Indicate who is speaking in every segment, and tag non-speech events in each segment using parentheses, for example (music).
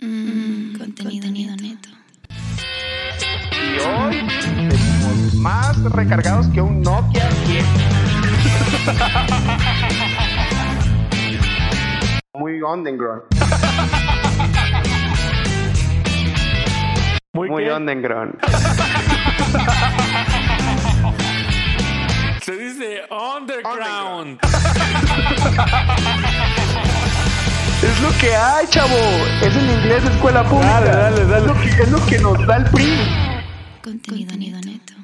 Speaker 1: Mm, Contenido, Contenido neto.
Speaker 2: Y hoy tenemos más recargados que un Nokia 10. Muy underground.
Speaker 3: Muy,
Speaker 2: Muy
Speaker 3: qué?
Speaker 2: underground.
Speaker 3: Se dice underground.
Speaker 2: Es lo que hay, chavo. Es en inglés escuela pública.
Speaker 3: Dale, dale, dale.
Speaker 2: Es lo que, es lo que nos da el PRI.
Speaker 1: Contenido, neto.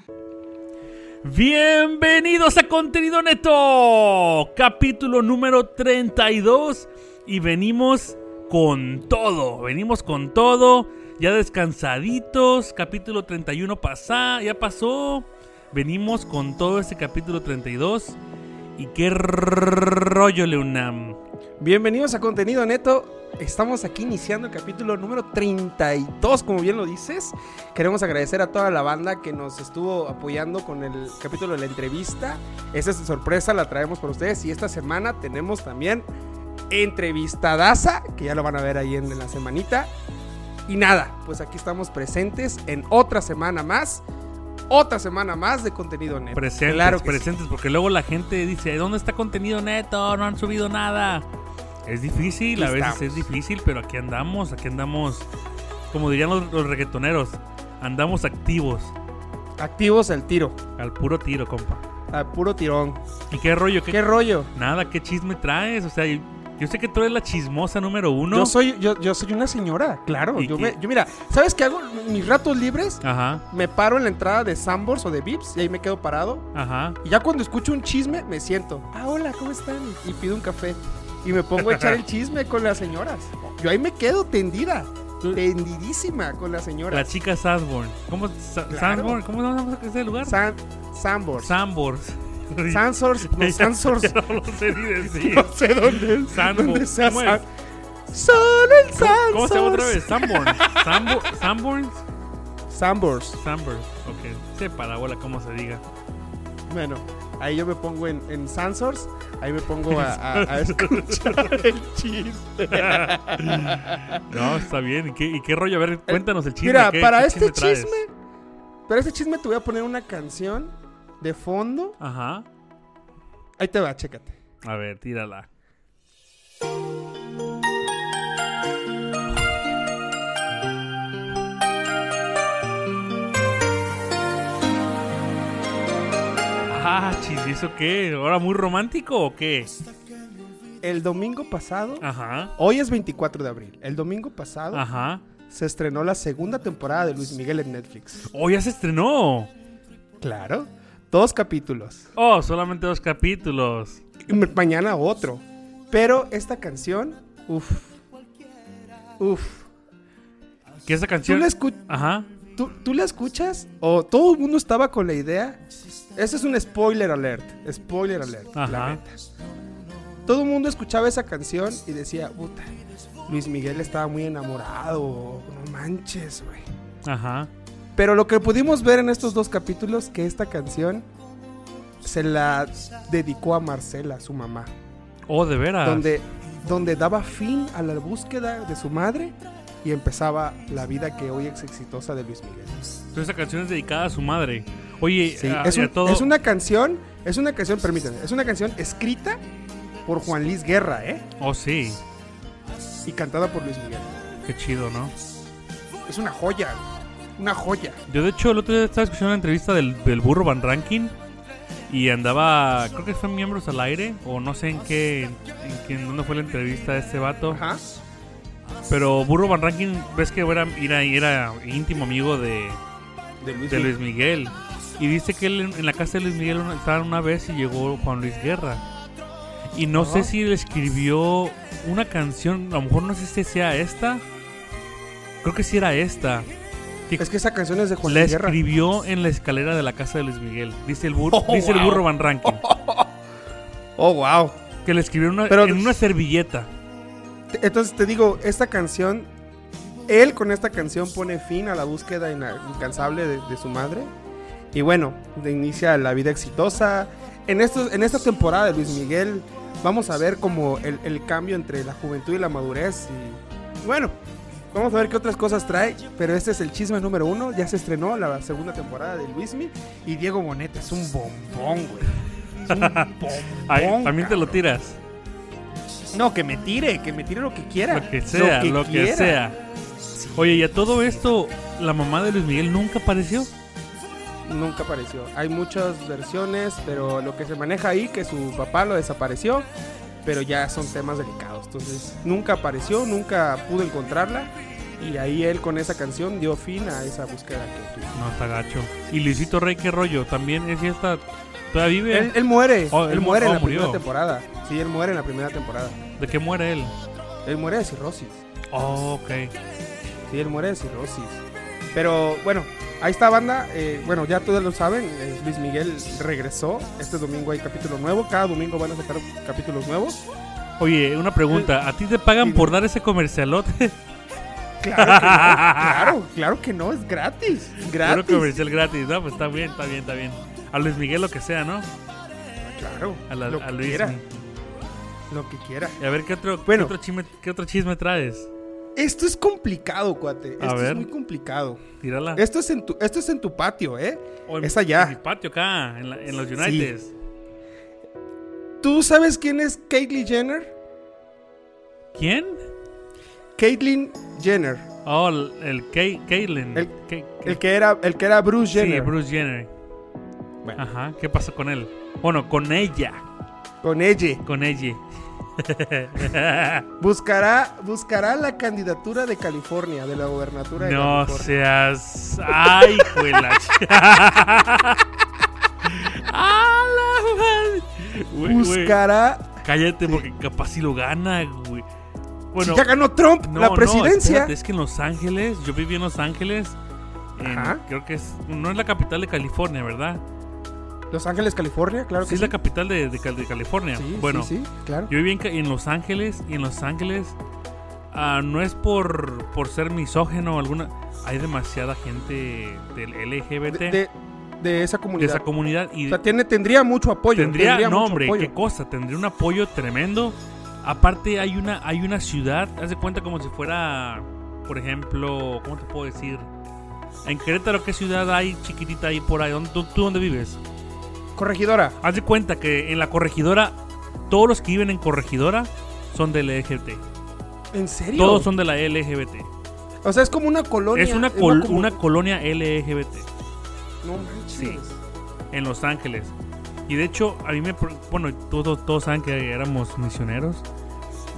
Speaker 4: Bienvenidos a Contenido Neto, capítulo número 32 y venimos con todo, venimos con todo, ya descansaditos, capítulo 31 pasa, ya pasó, venimos con todo este capítulo 32 y qué rollo Leunam.
Speaker 5: Bienvenidos a Contenido Neto. Estamos aquí iniciando el capítulo número 32, como bien lo dices. Queremos agradecer a toda la banda que nos estuvo apoyando con el capítulo de la entrevista. Esa es sorpresa, la traemos por ustedes. Y esta semana tenemos también entrevistadaza, que ya lo van a ver ahí en, en la semanita. Y nada, pues aquí estamos presentes en otra semana más. Otra semana más de Contenido Neto.
Speaker 4: Presentes,
Speaker 5: Em, Claro que sí.
Speaker 4: presentes, porque luego la gente dice, ¿dónde está contenido neto? No han subido nada. Es difícil,
Speaker 5: Aquí
Speaker 4: a veces
Speaker 5: estamos.
Speaker 4: es difícil, pero aquí andamos, aquí andamos, como dirían los, los reggaetoneros, andamos activos,
Speaker 5: Activos al tiro,
Speaker 4: al puro tiro, compa.
Speaker 5: a puro tirón.
Speaker 4: ¿Y qué rollo? ¿Qué,
Speaker 5: ¿Qué rollo?
Speaker 4: nada, ¿qué chisme traes? O sea, yo sé que tú eres la chismosa número uno.
Speaker 5: Yo soy, yo, yo soy una señora, claro.
Speaker 4: ¿Y
Speaker 5: Yo,
Speaker 4: qué?
Speaker 5: me- yo mira, ¿sabes qué hago? Mis ratos libres,
Speaker 4: Ajá,
Speaker 5: me paro en la entrada de Sambors o de Vips y ahí me quedo parado.
Speaker 4: ajá.
Speaker 5: Y ya cuando escucho un chisme, me siento. Ah, hola, ¿cómo están? Y pido un café. Y me pongo a
Speaker 4: (laughs)
Speaker 5: echar el chisme con las señoras. Yo ahí me quedo tendida.
Speaker 4: Tú-
Speaker 5: Tendidísima con las
Speaker 4: La
Speaker 5: señoras.
Speaker 4: chica Sasborn. ¿Cómo, Sa-
Speaker 5: Claro.
Speaker 4: Sasborn? ¿Cómo se llama ese lugar?
Speaker 5: San,
Speaker 4: (laughs)
Speaker 5: Sambors.
Speaker 4: Sambors.
Speaker 5: Sansors.
Speaker 4: (laughs)
Speaker 5: No, Sansors.
Speaker 4: Ya no lo sé ni
Speaker 5: (laughs)
Speaker 4: decir.
Speaker 5: No sé dónde es.
Speaker 4: Sanborn.
Speaker 5: dónde sea
Speaker 4: ¿Cómo
Speaker 5: San-
Speaker 4: es?
Speaker 5: Solo el Sansors.
Speaker 4: ¿Cómo se llama otra vez? Sanborn. (laughs) Sanborn. Sanborn.
Speaker 5: Sambors.
Speaker 4: Sanborn. Ok. Se parabola, como se diga.
Speaker 5: Bueno, ahí yo me pongo en, en Sansors, ahí me pongo a, a-
Speaker 4: (laughs)
Speaker 5: a escuchar el chiste.
Speaker 4: No, Ah, está bien. ¿Y qué, y qué rollo? A ver, cuéntanos el chisme.
Speaker 5: Mira,
Speaker 4: ¿Qué-
Speaker 5: para
Speaker 4: qué
Speaker 5: este
Speaker 4: traes?
Speaker 5: chisme, para este chisme te voy a poner una canción de fondo.
Speaker 4: Ajá.
Speaker 5: Ahí te va, chécate.
Speaker 4: A ver, tírala. Ah, chis, ¿y eso qué? ¿Ahora muy romántico o qué?
Speaker 5: El domingo pasado,
Speaker 4: Ajá.
Speaker 5: hoy es 24 de abril, el domingo pasado
Speaker 4: Ajá.
Speaker 5: se estrenó la segunda temporada de Luis Miguel en Netflix.
Speaker 4: Oh, ya se estrenó.
Speaker 5: Claro, dos capítulos.
Speaker 4: Oh, solamente dos capítulos.
Speaker 5: Y ma- Mañana otro. Pero esta canción, uff, uff.
Speaker 4: Que esa
Speaker 5: Tú
Speaker 4: canción.
Speaker 5: la escuchas.
Speaker 4: Ajá.
Speaker 5: ¿Tú, tú la escuchas? ¿O todo el mundo estaba con la idea? Ese es un spoiler alert. Spoiler alert. la
Speaker 4: Ajá.
Speaker 5: neta. Todo el mundo escuchaba esa canción y decía, puta, Luis Miguel estaba muy enamorado. o No manches, güey.
Speaker 4: Ajá.
Speaker 5: Pero lo que pudimos ver en estos dos capítulos, que esta canción se la dedicó a Marcela, su mamá.
Speaker 4: Oh, de veras.
Speaker 5: Donde, donde daba fin a la búsqueda de su madre y empezaba la vida que hoy es exitosa de Luis Miguel.
Speaker 4: Entonces, esa canción es dedicada a su madre. Oye,
Speaker 5: Sí,
Speaker 4: a-
Speaker 5: es,
Speaker 4: Ah, y a
Speaker 5: un-
Speaker 4: todo-
Speaker 5: es una canción, es una canción, permítanme, es una canción escrita por Juan Luis Guerra, ¿eh?
Speaker 4: Oh, sí.
Speaker 5: Y cantada por Luis Miguel.
Speaker 4: Qué chido, ¿no?
Speaker 5: Es una joya, una joya.
Speaker 4: Yo, de hecho, el otro día estaba escuchando una entrevista del, del burro Van Rankin. Y andaba. Creo que fue en Miembros al Aire. O no sé en qué. En, qué- en dónde fue la entrevista de este vato.
Speaker 5: Ajá.
Speaker 4: Pero Burro Van Rankin, ves que era, era, era íntimo amigo de,
Speaker 5: De Luis
Speaker 4: de Luis Miguel. Y dice que él en, en la casa de Luis Miguel una- estaban una vez y llegó Juan Luis Guerra. Y no sé
Speaker 5: Ajá.
Speaker 4: si le escribió una canción, a lo mejor no sé si sea esta. Creo que sí era esta.
Speaker 5: Es que esa canción es de Juan
Speaker 4: La
Speaker 5: Luis Guerra.
Speaker 4: escribió en la escalera de la casa de Luis Miguel. Dice el, burro
Speaker 5: Oh,
Speaker 4: dice el
Speaker 5: wow.
Speaker 4: burro Van Rankin.
Speaker 5: Oh, wow.
Speaker 4: Que le escribió en una-
Speaker 5: Pero-
Speaker 4: en una
Speaker 5: (laughs)
Speaker 4: servilleta.
Speaker 5: Te- Entonces te digo, esta canción, él con esta canción pone fin a la búsqueda ina- incansable de, de su madre. Y bueno, de- inicia la vida exitosa. En, estos, en esta temporada de Luis Miguel vamos a ver como el, el cambio entre la juventud y la madurez. Y bueno, Vamos a ver qué otras cosas trae, pero este es el chisme número uno. Ya se estrenó la segunda temporada de Luismi y Diego Boneta es un bombón, güey. Es un bombón.
Speaker 4: Ay, también te lo
Speaker 5: cabrón.
Speaker 4: tiras.
Speaker 5: No, que me tire, que me tire lo que quiera.
Speaker 4: Lo que sea, lo que,
Speaker 5: quiera.
Speaker 4: sea. Oye, y a todo esto, la mamá de Luis Miguel nunca apareció.
Speaker 5: Nunca apareció. Hay muchas versiones, pero lo que se maneja ahí, que su papá lo desapareció, pero ya son temas delicados. Entonces, nunca apareció, nunca pudo encontrarla. Y ahí él con esa canción dio fin a esa búsqueda que tuvo.
Speaker 4: No, está gacho. Y Luisito Rey, qué rollo. También es esta. Todavía vive.
Speaker 5: Él, él muere,
Speaker 4: Oh,
Speaker 5: él,
Speaker 4: él mu-
Speaker 5: muere
Speaker 4: oh,
Speaker 5: en la
Speaker 4: murió.
Speaker 5: primera temporada. Sí, él muere en la primera temporada.
Speaker 4: ¿De qué muere él?
Speaker 5: Él muere de cirrosis.
Speaker 4: Oh, ok.
Speaker 5: Sí, él muere de cirrosis. Pero bueno, ahí está banda. eh, bueno, ya todos lo saben. eh, Luis Miguel regresó. Este domingo hay capítulo nuevo. Cada domingo van a sacar capítulos nuevos.
Speaker 4: Oye, una pregunta. ¿A ti te pagan
Speaker 5: Sí,
Speaker 4: por dar ese comercialote?
Speaker 5: (laughs) Claro que no,
Speaker 4: Ah.
Speaker 5: claro, claro que no, es gratis.
Speaker 4: Un
Speaker 5: Gratis.
Speaker 4: comercial gratis. No, pues está bien, está bien, está bien. A Luis Miguel lo que sea, ¿no?
Speaker 5: Claro,
Speaker 4: A, la-
Speaker 5: lo
Speaker 4: a
Speaker 5: que
Speaker 4: Luis.
Speaker 5: quiera, lo que quiera.
Speaker 4: Y a ver, ¿qué otro, qué
Speaker 5: Bueno.
Speaker 4: otro chisme, qué otro chisme traes?
Speaker 5: Esto es complicado, cuate. Esto
Speaker 4: A
Speaker 5: es
Speaker 4: ver.
Speaker 5: muy complicado.
Speaker 4: Tírala.
Speaker 5: Esto es en tu, esto es en tu patio, ¿eh?
Speaker 4: O en-
Speaker 5: es allá.
Speaker 4: En mi patio acá, en, la- en los Uniteds.
Speaker 5: ¿Tú sabes quién es Caitlyn Jenner?
Speaker 4: ¿Quién?
Speaker 5: Caitlyn Jenner,
Speaker 4: Oh, el, el Kay- Caitlyn.
Speaker 5: El-
Speaker 4: Kay-
Speaker 5: el que era el que era Bruce
Speaker 4: Sí,
Speaker 5: Jenner.
Speaker 4: Bruce Jenner.
Speaker 5: Bueno.
Speaker 4: Ajá, ¿qué pasó con él? Bueno, con ella.
Speaker 5: Con ella.
Speaker 4: Con ella.
Speaker 5: Buscará, buscará la candidatura de California, de la gobernatura de
Speaker 4: No
Speaker 5: California.
Speaker 4: seas. ¡Ay, juelache! (laughs) ¡A la madre! Güey, güey,
Speaker 5: Buscará.
Speaker 4: Cállate porque capaz si lo gana, güey. Bueno,
Speaker 5: Si ya ganó Trump
Speaker 4: no,
Speaker 5: la
Speaker 4: no,
Speaker 5: presidencia.
Speaker 4: espérate, es que en Los Ángeles, yo viví en Los Ángeles. en-
Speaker 5: Ajá.
Speaker 4: creo que es. No es la capital de California, ¿verdad?
Speaker 5: Los Ángeles, California, claro
Speaker 4: Sí,
Speaker 5: que
Speaker 4: es
Speaker 5: sí.
Speaker 4: la capital de, de Cal- de California.
Speaker 5: Sí,
Speaker 4: bueno,
Speaker 5: sí, sí, claro.
Speaker 4: Yo viví en, Ca- en Los Ángeles y en Los Ángeles ah, no es por, por ser misógeno o alguna. Hay demasiada gente del LGBT de,
Speaker 5: De, de- de esa comunidad.
Speaker 4: esa comunidad y
Speaker 5: o sea, tiene, tendría mucho apoyo.
Speaker 4: tendría, no,
Speaker 5: mucho
Speaker 4: hombre,
Speaker 5: apoyo.
Speaker 4: qué cosa, tendría un apoyo tremendo. Aparte hay una hay una ciudad, haz de cuenta como si fuera, por ejemplo, ¿cómo te puedo decir? En Querétaro, ¿qué ciudad hay chiquitita ahí por ahí? ¿Dónde- ¿Tú, tú dónde vives?
Speaker 5: Corregidora.
Speaker 4: Haz de cuenta que en la corregidora, todos los que viven en corregidora son del LGBT.
Speaker 5: ¿En serio?
Speaker 4: Todos son de la LGBT.
Speaker 5: O sea, es como una colonia.
Speaker 4: es una,
Speaker 5: es
Speaker 4: col-
Speaker 5: comu-
Speaker 4: una colonia LGBT
Speaker 5: No manches.
Speaker 4: Sí. en Los Ángeles. Y de hecho, a mí me. pro- Bueno, todos, todos saben que éramos misioneros.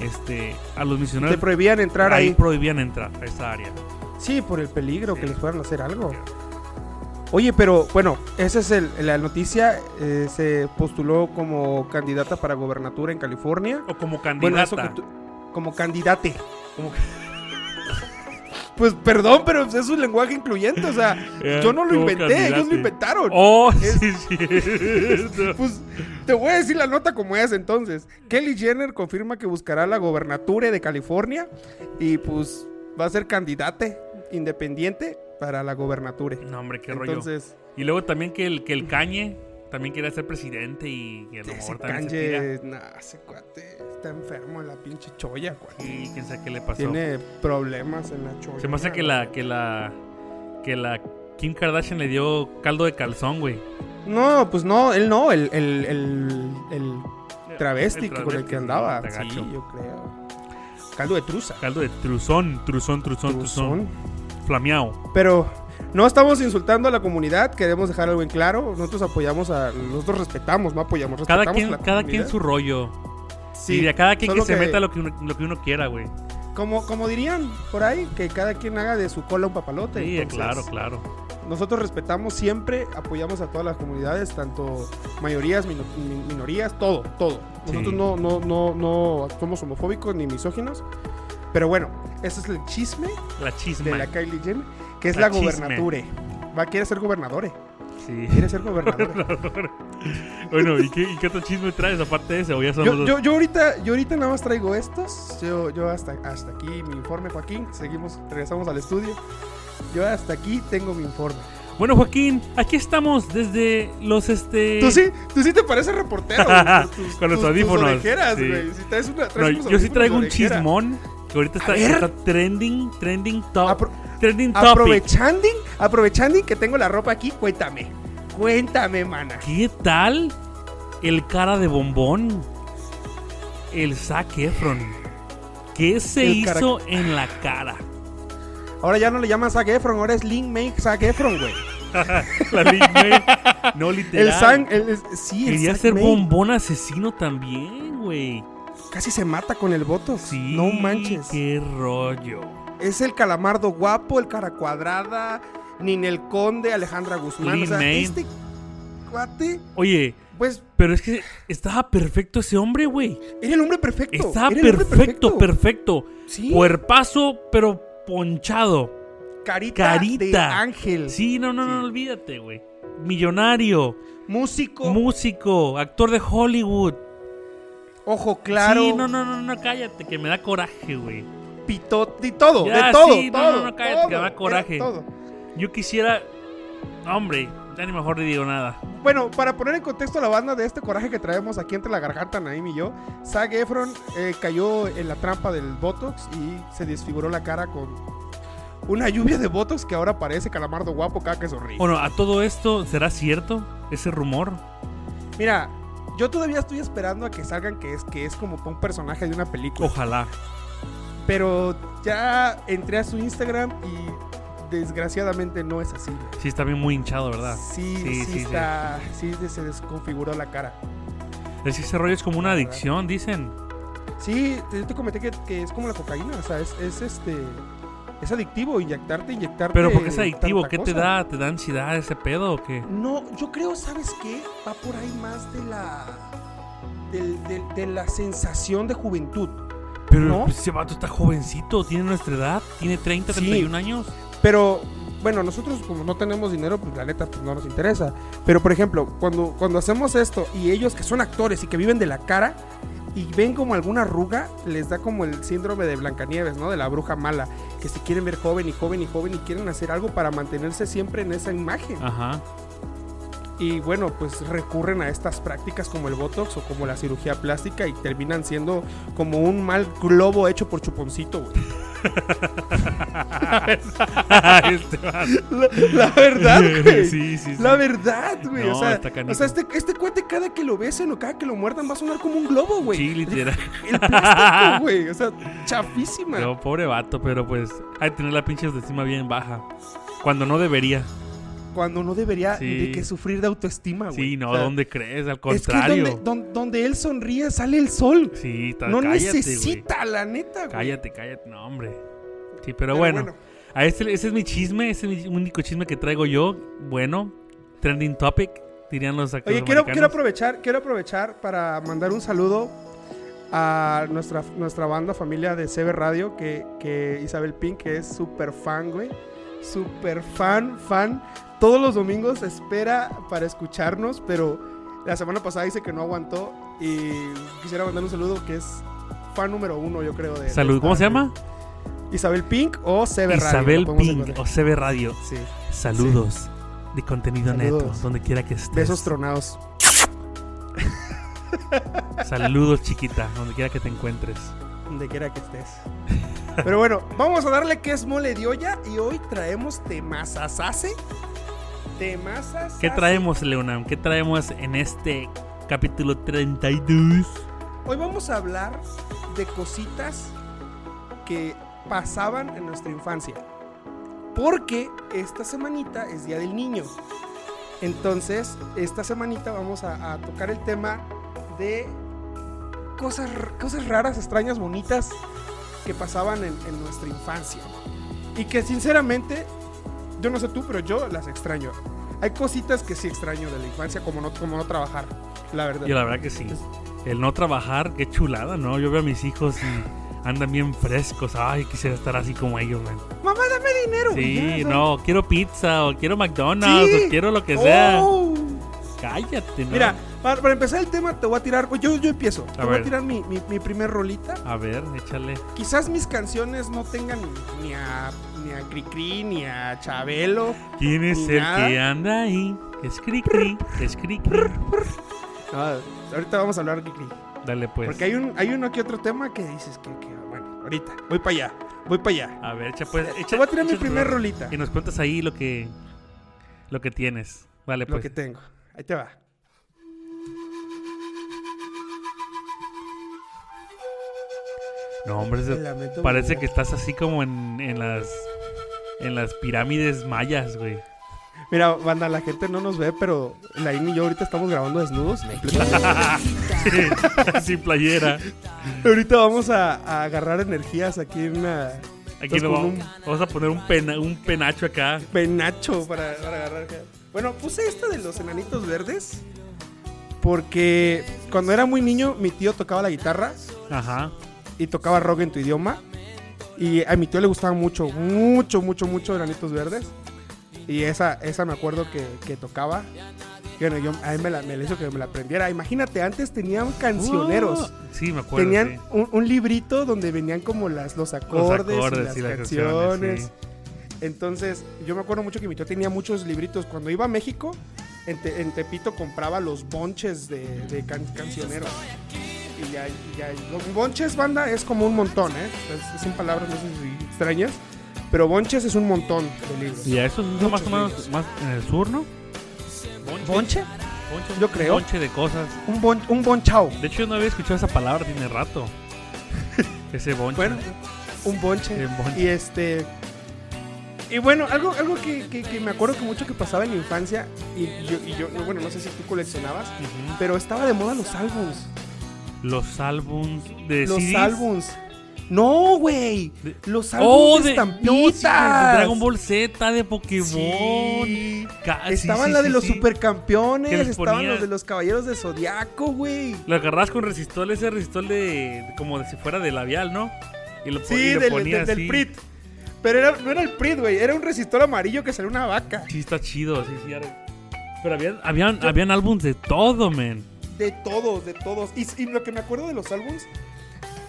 Speaker 4: Este, a los
Speaker 5: Te
Speaker 4: misioneros
Speaker 5: prohibían entrar
Speaker 4: ahí
Speaker 5: ahí.
Speaker 4: prohibían entrar a esa área.
Speaker 5: Sí, por el peligro que
Speaker 4: Sí.
Speaker 5: les puedan hacer algo. Oye, pero bueno, esa es el- la noticia. eh, se postuló como candidata para gobernatura en California.
Speaker 4: O como
Speaker 5: Bueno,
Speaker 4: candidata.
Speaker 5: eso que tú- como candidate. Como que- (laughs) pues perdón, pero es un lenguaje incluyente. O sea,
Speaker 4: Eh,
Speaker 5: yo no lo
Speaker 4: como
Speaker 5: inventé, ellos
Speaker 4: candidate.
Speaker 5: lo inventaron.
Speaker 4: Oh,
Speaker 5: Es-
Speaker 4: sí, sí.
Speaker 5: (laughs) Pues te voy a decir la nota como es entonces. Kelly Jenner confirma que buscará la gobernatura de California y pues va a ser candidate independiente para la gobernatura.
Speaker 4: No, hombre, qué rollo.
Speaker 5: Entonces,
Speaker 4: Y luego también que el, que el Cañe también quiere ser presidente y, y a lo
Speaker 5: ese
Speaker 4: mejor también se tira.
Speaker 5: Kanye, nah, ese cuate está enfermo en la pinche cholla, cuate.
Speaker 4: Y quién sabe qué le pasó.
Speaker 5: Tiene problemas en la cholla.
Speaker 4: Se me hace que la, que la, que la Kim Kardashian le dio caldo de calzón, güey.
Speaker 5: No, pues no, él no, el, el, el, el travesti con el que andaba.
Speaker 4: Está
Speaker 5: Sí,
Speaker 4: gacho.
Speaker 5: yo creo. Caldo de truza.
Speaker 4: Caldo de truzón, truzón, truzón, truzón.
Speaker 5: Truzón.
Speaker 4: Flameado.
Speaker 5: Pero no estamos insultando a la comunidad, queremos dejar algo en claro. Nosotros apoyamos a. Nosotros respetamos, no apoyamos, respetamos
Speaker 4: Cada
Speaker 5: a
Speaker 4: quien,
Speaker 5: la
Speaker 4: cada quien
Speaker 5: comunidad.
Speaker 4: su rollo.
Speaker 5: Sí,
Speaker 4: y a cada quien que,
Speaker 5: solo
Speaker 4: se meta lo que, uno, lo que uno quiera, güey.
Speaker 5: Como, como dirían por ahí, que cada quien haga de su cola un papalote.
Speaker 4: Sí,
Speaker 5: Entonces,
Speaker 4: claro, claro.
Speaker 5: Nosotros respetamos siempre, apoyamos a todas las comunidades, tanto mayorías, mino- mi- minorías, todo, todo. Nosotros
Speaker 4: Sí.
Speaker 5: no, no, no, no somos homofóbicos ni misóginos. Pero bueno, ese es el chisme
Speaker 4: La
Speaker 5: de
Speaker 4: chisma.
Speaker 5: la Kylie Jenner, que es la,
Speaker 4: La chisme.
Speaker 5: gobernatura. Va, quiere ser gobernadora.
Speaker 4: Sí.
Speaker 5: Quiere ser gobernadora.
Speaker 4: (laughs) bueno, ¿y qué, y qué otro chisme traes aparte de ese? O ya son
Speaker 5: Yo,
Speaker 4: los
Speaker 5: yo,
Speaker 4: dos.
Speaker 5: yo ahorita, yo ahorita nada más traigo estos. Yo, yo hasta, hasta aquí mi informe, Joaquín. Seguimos, regresamos al estudio. Yo hasta aquí tengo mi informe.
Speaker 4: Bueno, Joaquín, aquí estamos desde los este.
Speaker 5: Tú sí, tú sí te pareces reportero. güey,
Speaker 4: (laughs) Con los audífonos,
Speaker 5: orejeras,
Speaker 4: sí.
Speaker 5: güey. Si traes una-
Speaker 4: No,
Speaker 5: traes unos
Speaker 4: yo sí
Speaker 5: audífonos
Speaker 4: traigo
Speaker 5: de
Speaker 4: un
Speaker 5: orejera.
Speaker 4: chismón que ahorita está,
Speaker 5: ver.
Speaker 4: está trending, trending top.
Speaker 5: Apro-
Speaker 4: trending topic.
Speaker 5: Aprovechando, aprovechando que tengo la ropa aquí, cuéntame. Cuéntame, mana.
Speaker 4: ¿Qué tal el cara de bombón? El Zac Efron. ¿Qué se
Speaker 5: El cara-
Speaker 4: hizo en la
Speaker 5: (laughs)
Speaker 4: cara?
Speaker 5: Ahora ya no le llaman Zac Efron, ahora es Link Make Zac Efron, güey.
Speaker 4: La Big Mac. No literal.
Speaker 5: El San, el, el- sí, el
Speaker 4: Quería
Speaker 5: Zac
Speaker 4: ser
Speaker 5: May
Speaker 4: bombón asesino también, güey.
Speaker 5: Casi se mata con el voto.
Speaker 4: Sí.
Speaker 5: No manches.
Speaker 4: Qué rollo.
Speaker 5: Es el calamardo guapo, el cara cuadrada, Ninel Conde, Alejandra Guzmán.
Speaker 4: Lin
Speaker 5: o sea,
Speaker 4: May.
Speaker 5: este cuate,
Speaker 4: Oye,
Speaker 5: pues,
Speaker 4: pero es que estaba perfecto ese hombre, güey.
Speaker 5: era el hombre perfecto.
Speaker 4: Estaba
Speaker 5: era el hombre
Speaker 4: perfecto, perfecto.
Speaker 5: Sí.
Speaker 4: Cuerpazo, pero ponchado.
Speaker 5: Carita,
Speaker 4: Carita.
Speaker 5: de ángel.
Speaker 4: Sí, no, no, no, olvídate, güey. Millonario,
Speaker 5: Músico,
Speaker 4: músico, actor de Hollywood.
Speaker 5: ojo claro,
Speaker 4: Sí, no, no, no, no, cállate, que me da coraje, güey.
Speaker 5: pitote, todo,
Speaker 4: Ya,
Speaker 5: de todo.
Speaker 4: sí, no,
Speaker 5: todo,
Speaker 4: no, no, cállate,
Speaker 5: todo,
Speaker 4: que da
Speaker 5: era
Speaker 4: coraje.
Speaker 5: todo.
Speaker 4: Yo quisiera. Hombre, ya ni mejor le digo nada.
Speaker 5: Bueno, para poner en contexto la banda de este coraje que traemos aquí entre la garganta, Naim y yo, Zac Efron eh, cayó en la trampa del Botox y se desfiguró la cara con una lluvia de Botox que ahora parece calamardo guapo cada que sonríe.
Speaker 4: Bueno, a todo esto, ¿será cierto ese rumor?
Speaker 5: Mira, yo todavía estoy esperando a que salgan que es, que es como un personaje de una película.
Speaker 4: Ojalá.
Speaker 5: Pero ya entré a su Instagram y desgraciadamente no es así. güey.
Speaker 4: Sí, está bien muy hinchado, ¿verdad?
Speaker 5: Sí,
Speaker 4: Sí, sí,
Speaker 5: sí,
Speaker 4: sí.
Speaker 5: está, sí. se desconfiguró la cara.
Speaker 4: Es que ese rollo es como una adicción, dicen.
Speaker 5: Pues Sí, te- yo te comenté que, que es como la cocaína, o sea, es, es este es adictivo inyectarte, inyectarte.
Speaker 4: Pero porque es adictivo,
Speaker 5: tanta
Speaker 4: ¿qué te
Speaker 5: cosa.
Speaker 4: da? ¿Te da ansiedad ese pedo o qué?
Speaker 5: No, yo creo, ¿sabes qué? Va por ahí más de la del- del- de la sensación de juventud.
Speaker 4: Pero
Speaker 5: ¿No?
Speaker 4: pues, ese vato está jovencito, tiene nuestra edad, tiene 30,
Speaker 5: Sí.
Speaker 4: 31 años.
Speaker 5: (laughs) Pero bueno, nosotros como no tenemos dinero, pues la neta pues, no nos interesa. Pero por ejemplo, cuando, cuando hacemos esto y ellos que son actores y que viven de la cara y ven como alguna arruga, les da como el síndrome de Blancanieves, ¿no? De la bruja mala, que se quieren ver joven y joven y joven y quieren hacer algo para mantenerse siempre en esa imagen.
Speaker 4: Ajá.
Speaker 5: Y bueno, pues recurren a estas prácticas como el Botox o como la cirugía plástica y terminan siendo como un mal globo hecho por chuponcito, güey.
Speaker 4: (laughs) Este vato.
Speaker 5: (laughs) La, la verdad,
Speaker 4: (laughs)
Speaker 5: güey.
Speaker 4: Sí, sí, sí.
Speaker 5: La verdad, güey.
Speaker 4: No,
Speaker 5: o sea,
Speaker 4: está canijo.
Speaker 5: o sea, este, este cuate cada que lo besen o cada que lo muerdan va a sonar como un globo, güey.
Speaker 4: Sí,
Speaker 5: (laughs)
Speaker 4: literal.
Speaker 5: El plástico,
Speaker 4: (laughs)
Speaker 5: güey. O sea, chafísima.
Speaker 4: No, pobre vato, pero pues hay que tener la pinche autoestima bien baja. Cuando no debería.
Speaker 5: Cuando no debería
Speaker 4: Sí.
Speaker 5: de que sufrir de autoestima, Ah, güey.
Speaker 4: Sí, no,
Speaker 5: O sea,
Speaker 4: ¿dónde crees? Al
Speaker 5: Es que donde,
Speaker 4: contrario.
Speaker 5: don- donde él sonríe sale el sol.
Speaker 4: Sí, está,
Speaker 5: no
Speaker 4: cállate, güey.
Speaker 5: necesita, la neta, güey.
Speaker 4: Cállate, cállate, no, hombre. Sí, pero, bueno. A este- ese es mi chisme, ese es mi único chisme que traigo yo. Bueno, trending topic, dirían los actores.
Speaker 5: Oye, quiero, quiero,
Speaker 4: americanos.
Speaker 5: aprovechar, quiero aprovechar para mandar un saludo a nuestra, nuestra banda familia de CB Radio, que, que Isabel Pink, que es súper fan, güey. Súper fan, fan. Todos los domingos espera para escucharnos, pero la semana pasada dice que no aguantó. Y quisiera mandar un saludo que es fan número uno, yo creo. De,
Speaker 4: Salud,
Speaker 5: de
Speaker 4: ¿cómo se
Speaker 5: esta-
Speaker 4: llama?
Speaker 5: Isabel Pink o CB Radio.
Speaker 4: Isabel
Speaker 5: lo podemos
Speaker 4: Pink, o
Speaker 5: encontrar.
Speaker 4: CB Radio.
Speaker 5: Sí,
Speaker 4: Saludos de contenido neto,
Speaker 5: Saludos.
Speaker 4: donde quiera que estés.
Speaker 5: besos tronados.
Speaker 4: Saludos, chiquita, donde quiera que te encuentres.
Speaker 5: Donde quiera que estés. Pero bueno, vamos a darle que es mole de olla y hoy traemos ¿Ah, temazasase. Temazasase.
Speaker 4: ¿Qué traemos, Leonam? ¿Qué traemos en este capítulo 32?
Speaker 5: Hoy vamos a hablar de cositas que pasaban en nuestra infancia. Porque esta semanita es Día del Niño. Entonces, esta semanita vamos a, a tocar el tema de cosas, r- cosas raras, extrañas, bonitas que pasaban en, en nuestra infancia. Y que sinceramente, yo no sé tú, pero yo las extraño. Hay cositas que sí extraño de la infancia, como no, como no trabajar, la verdad.
Speaker 4: Yo la verdad que sí. El no trabajar, qué chulada, ¿no? Yo veo a mis hijos y andan bien frescos. Ay, quisiera estar así como ellos, man.
Speaker 5: Mamá, dame dinero. ya, o
Speaker 4: Sí,
Speaker 5: sea,
Speaker 4: no, quiero pizza o quiero McDonald's
Speaker 5: Sí.
Speaker 4: o quiero lo que sea.
Speaker 5: Oh.
Speaker 4: Cállate, ¿no?
Speaker 5: Mira, para, para empezar el tema, te voy a tirar. Yo, yo empiezo. te voy
Speaker 4: ver.
Speaker 5: a tirar mi, mi, mi primer rolita.
Speaker 4: A ver, échale.
Speaker 5: Quizás mis canciones no tengan ni a, ni a Cricri, ni a Chabelo.
Speaker 4: ¿Quién es
Speaker 5: Ni
Speaker 4: el
Speaker 5: nada.
Speaker 4: que anda ahí? Es Cricri, es Cricri.
Speaker 5: No, ahorita vamos a hablar de Cricri.
Speaker 4: Dale pues.
Speaker 5: Porque hay, un, hay uno que otro tema que dices que, que, bueno. Ahorita. Voy para allá. Voy para allá.
Speaker 4: A ver, echa pues.
Speaker 5: Te
Speaker 4: Echa,
Speaker 5: voy a tirar mi
Speaker 4: echa tu
Speaker 5: primer
Speaker 4: rol.
Speaker 5: rolita.
Speaker 4: Y nos cuentas ahí lo que. Lo que tienes. Vale,
Speaker 5: Lo
Speaker 4: pues.
Speaker 5: que tengo. Ahí te va.
Speaker 4: No, hombre, eso-
Speaker 5: Lamento
Speaker 4: parece
Speaker 5: mucho.
Speaker 4: que estás así como en, en las. En las pirámides mayas, güey.
Speaker 5: Mira, banda, la gente no nos ve, pero Lain y yo ahorita estamos grabando desnudos.
Speaker 4: (laughs) Sin playera.
Speaker 5: ahorita vamos a, a agarrar energías aquí en una.
Speaker 4: Aquí
Speaker 5: Estás
Speaker 4: lo
Speaker 5: con
Speaker 4: vamos, vamos a poner un, pena, un penacho acá.
Speaker 5: penacho para, para agarrar. Bueno, puse esta de los enanitos verdes. Porque cuando era muy niño, mi tío tocaba la guitarra
Speaker 4: Ajá.
Speaker 5: y tocaba rock en tu idioma. Y a mi tío le gustaban mucho, mucho, mucho, mucho enanitos verdes. Y esa, esa me acuerdo que, que tocaba. Y Bueno, yo a él me la, me la hizo que me la aprendiera. Imagínate, antes tenían cancioneros.
Speaker 4: Uh, sí, me acuerdo.
Speaker 5: tenían
Speaker 4: sí.
Speaker 5: un, un librito donde venían como las, los
Speaker 4: Los
Speaker 5: acordes, y las canciones.
Speaker 4: sí.
Speaker 5: Entonces, yo me acuerdo mucho que mi tío tenía muchos libritos. Cuando iba a México, en, Te- en Tepito compraba los bonches de, de can- cancioneros. Y ya, y ya- los bonches, banda, es como un montón, ¿eh? Es, son palabras no sé si extrañas, pero bonches es un montón de libros.
Speaker 4: Y a eso es más o menos más en el sur, ¿no?
Speaker 5: ¿Bonche?
Speaker 4: Bonche,
Speaker 5: Yo creo.
Speaker 4: Bonche de cosas.
Speaker 5: Un, bon, un bonchao.
Speaker 4: De hecho, yo no había escuchado esa palabra, tiene
Speaker 5: (laughs)
Speaker 4: rato. Ese bonche.
Speaker 5: Bueno, un bonche.
Speaker 4: Un bonche.
Speaker 5: Y este. Y bueno, algo, algo que, que- que me acuerdo que mucho que pasaba en la infancia, y yo, y yo, bueno, no sé si tú coleccionabas,
Speaker 4: Ujú.
Speaker 5: pero estaba de moda los álbums.
Speaker 4: Los álbums de
Speaker 5: Los
Speaker 4: CDs.
Speaker 5: álbums. No, güey.
Speaker 4: De-
Speaker 5: Los álbums
Speaker 4: Oh,
Speaker 5: de
Speaker 4: de, no, sí, de
Speaker 5: estampitas.
Speaker 4: Dragon Ball Z, de Pokémon.
Speaker 5: Sí.
Speaker 4: Ca- sí,
Speaker 5: Estaban
Speaker 4: sí,
Speaker 5: la de
Speaker 4: sí,
Speaker 5: los
Speaker 4: sí.
Speaker 5: supercampeones,
Speaker 4: Que les
Speaker 5: estaban
Speaker 4: ponía-
Speaker 5: los de los caballeros de Zodiaco, güey.
Speaker 4: Lo agarrabas con resistol, ese resistol de. como de si fuera de labial, ¿no? Y lo, po- y
Speaker 5: Sí,
Speaker 4: lo
Speaker 5: del,
Speaker 4: ponía
Speaker 5: del- del
Speaker 4: así.
Speaker 5: Prit. Pero era- no era el Prit, güey, era un resistor amarillo que salió una vaca.
Speaker 4: Sí, está chido, sí, sí. ahora- Pero habían, habían, habían álbums de todo, men.
Speaker 5: De todos, de todos. Y, y lo que me acuerdo de los álbums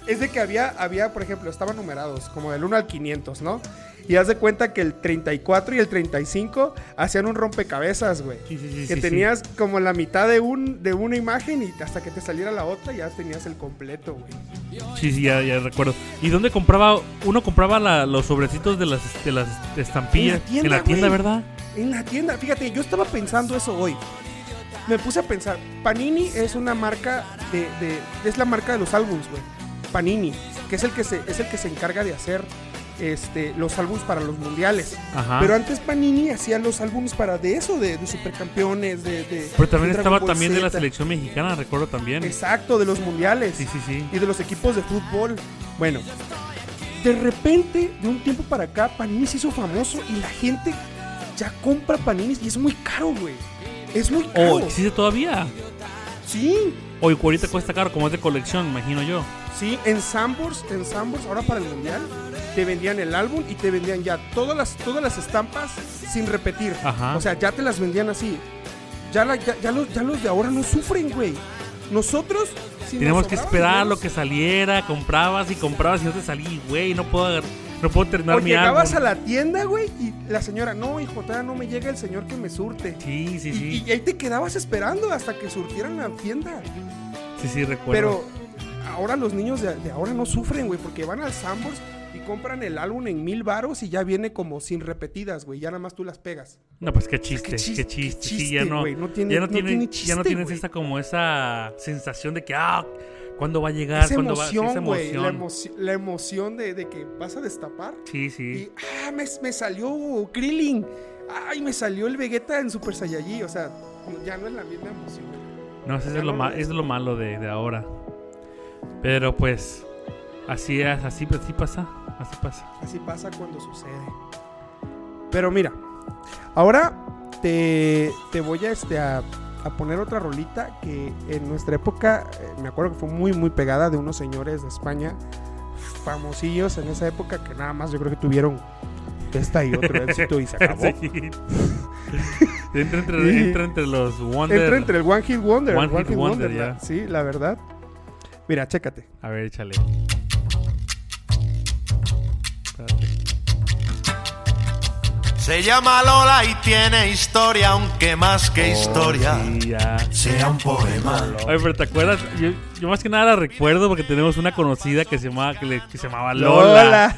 Speaker 5: es de que había, había, por ejemplo, estaban numerados, como del 1 al 500, ¿no? Y haz de cuenta que el 34 y el 35 hacían un rompecabezas, güey.
Speaker 4: Sí, sí, sí,
Speaker 5: que
Speaker 4: sí,
Speaker 5: tenías como la mitad de, un, de una imagen y hasta que te saliera la otra ya tenías el completo, güey.
Speaker 4: Sí, sí, ya, ya recuerdo. ¿Y dónde compraba? Uno compraba la- los sobrecitos de las, de las estampillas.
Speaker 5: En la tienda,
Speaker 4: en la tienda
Speaker 5: güey.
Speaker 4: ¿verdad?
Speaker 5: En la tienda, fíjate, yo estaba pensando eso hoy. Me puse a pensar, Panini es una marca de, de- es la marca de los álbums, güey. Panini, que es el que se es el que se encarga de hacer este los álbums para los mundiales.
Speaker 4: Ajá.
Speaker 5: Pero
Speaker 4: Pero,
Speaker 5: antes Panini hacía los álbums para de eso, de, de supercampeones, de, de-
Speaker 4: también
Speaker 5: de Dragon
Speaker 4: estaba
Speaker 5: Ball
Speaker 4: también de la
Speaker 5: Z.
Speaker 4: selección mexicana, recuerdo también.
Speaker 5: Exacto, de los mundiales.
Speaker 4: Sí, sí, sí.
Speaker 5: y de los equipos de fútbol. Bueno, de repente, de un tiempo para acá, Panini se hizo famoso y la gente ya compra Panini y es muy caro, güey. Es muy
Speaker 4: ¿O
Speaker 5: caro.
Speaker 4: Oh, existe todavía?
Speaker 5: sí,
Speaker 4: O y ahorita cuesta caro, como es de colección, imagino yo.
Speaker 5: sí, en Sambors, en Sambors, ahora para el mundial, te vendían el álbum y te vendían ya todas las, todas las estampas sin repetir.
Speaker 4: Ajá.
Speaker 5: O sea, ya te las vendían así. Ya, la- ya, ya los, ya los de ahora no sufren, güey. Nosotros si nos
Speaker 4: Tenemos que
Speaker 5: sobraban
Speaker 4: esperar lo
Speaker 5: dineros,
Speaker 4: que saliera, comprabas y comprabas y no te salí, güey, no puedo, agar- no puedo terminar
Speaker 5: O
Speaker 4: mi
Speaker 5: llegabas
Speaker 4: álbum.
Speaker 5: a la tienda, güey, y la señora, no, hijo, todavía no me llega el señor que me surte.
Speaker 4: Sí, sí,
Speaker 5: Y-
Speaker 4: sí.
Speaker 5: Y, ahí te quedabas esperando hasta que surtieran la tienda.
Speaker 4: Sí, sí, recuerdo.
Speaker 5: Pero ahora los niños de, de ahora no sufren, güey, porque van al Sambors y compran el álbum en mil varos y ya viene como sin repetidas, güey. Ya nada más tú las pegas.
Speaker 4: No, pues qué chiste, qué
Speaker 5: qué chis-
Speaker 4: chiste,
Speaker 5: qué
Speaker 4: sí, ya
Speaker 5: chiste,
Speaker 4: no,
Speaker 5: güey, no tiene-
Speaker 4: ya no,
Speaker 5: no
Speaker 4: tiene-
Speaker 5: tiene
Speaker 4: ya no
Speaker 5: chiste,
Speaker 4: tienes
Speaker 5: güey.
Speaker 4: esa como esa sensación de que ah, ¿cuándo va a llegar?
Speaker 5: Esa
Speaker 4: ¿Cuándo Ah, va? sí,
Speaker 5: emoción, güey. La,
Speaker 4: emoción.
Speaker 5: emoci- la emoción de, de que vas a destapar.
Speaker 4: Sí, sí.
Speaker 5: Y, ah, me, me salió Krillin. Ay, me salió el Vegeta en Super Saiyajin. O sea, ya no es la misma emoción.
Speaker 4: No, eso
Speaker 5: ya
Speaker 4: es lo
Speaker 5: no
Speaker 4: ma-
Speaker 5: lo-
Speaker 4: es lo malo de, de ahora. Pero pues así es, así así pasa, así pasa.
Speaker 5: Así pasa cuando sucede. Pero mira, ahora te, te voy a, este, a, a poner otra rolita que en nuestra época, eh, me acuerdo que fue muy, muy pegada de unos señores de España, famosillos en esa época, que nada más yo creo que tuvieron esta y otro
Speaker 4: (laughs)
Speaker 5: éxito y se acabó. (laughs)
Speaker 4: Sí. entra, entre,
Speaker 5: Y-
Speaker 4: entra entre los Wonder.
Speaker 5: Entra entre el One Hit Wonder.
Speaker 4: One
Speaker 5: el One
Speaker 4: Hit
Speaker 5: Hit
Speaker 4: Wonder,
Speaker 5: Wonder, la-
Speaker 4: ya.
Speaker 5: sí, la verdad. Mira, chécate.
Speaker 4: A ver, échale. Espérate.
Speaker 6: Se llama Lola y tiene historia, aunque más que historia
Speaker 4: Y ya.
Speaker 6: sea un poema.
Speaker 4: Oye, pero ¿te acuerdas? Yo, yo más que nada la recuerdo porque tenemos una conocida que se llamaba, que, le- que se llamaba Lola.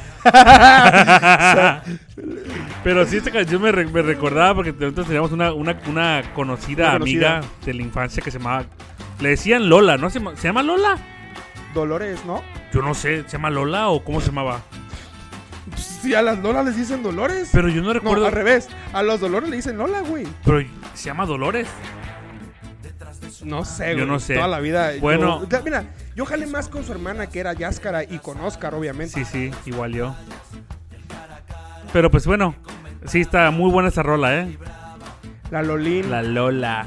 Speaker 4: (laughs) pero sí, esta canción me, re- me recordaba porque nosotros teníamos una, una, una conocida
Speaker 5: Una conocida.
Speaker 4: amiga de la infancia que se llamaba... Le decían Lola, ¿no? ¿Se, llama- ¿Se llama Lola?
Speaker 5: Dolores, ¿no? (laughs)
Speaker 4: Yo no sé, ¿se llama Lola o cómo se llamaba?
Speaker 5: Pues, Sí, a las Lolas les dicen Dolores.
Speaker 4: Pero yo no
Speaker 5: no,
Speaker 4: recuerdo...
Speaker 5: al revés. A los Dolores le dicen Lola, güey.
Speaker 4: pero se llama Dolores.
Speaker 5: No sé,
Speaker 4: Yo
Speaker 5: güey.
Speaker 4: no sé.
Speaker 5: Toda la vida. yo-
Speaker 4: Bueno.
Speaker 5: Da- mira, yo jalé más con su hermana que era Yáscara y con Oscar,
Speaker 4: Sí,
Speaker 5: obviamente.
Speaker 4: sí, igual yo. Pero pues bueno, sí está muy buena esa rola, ¿eh?
Speaker 5: La Lolín.
Speaker 4: La Lola.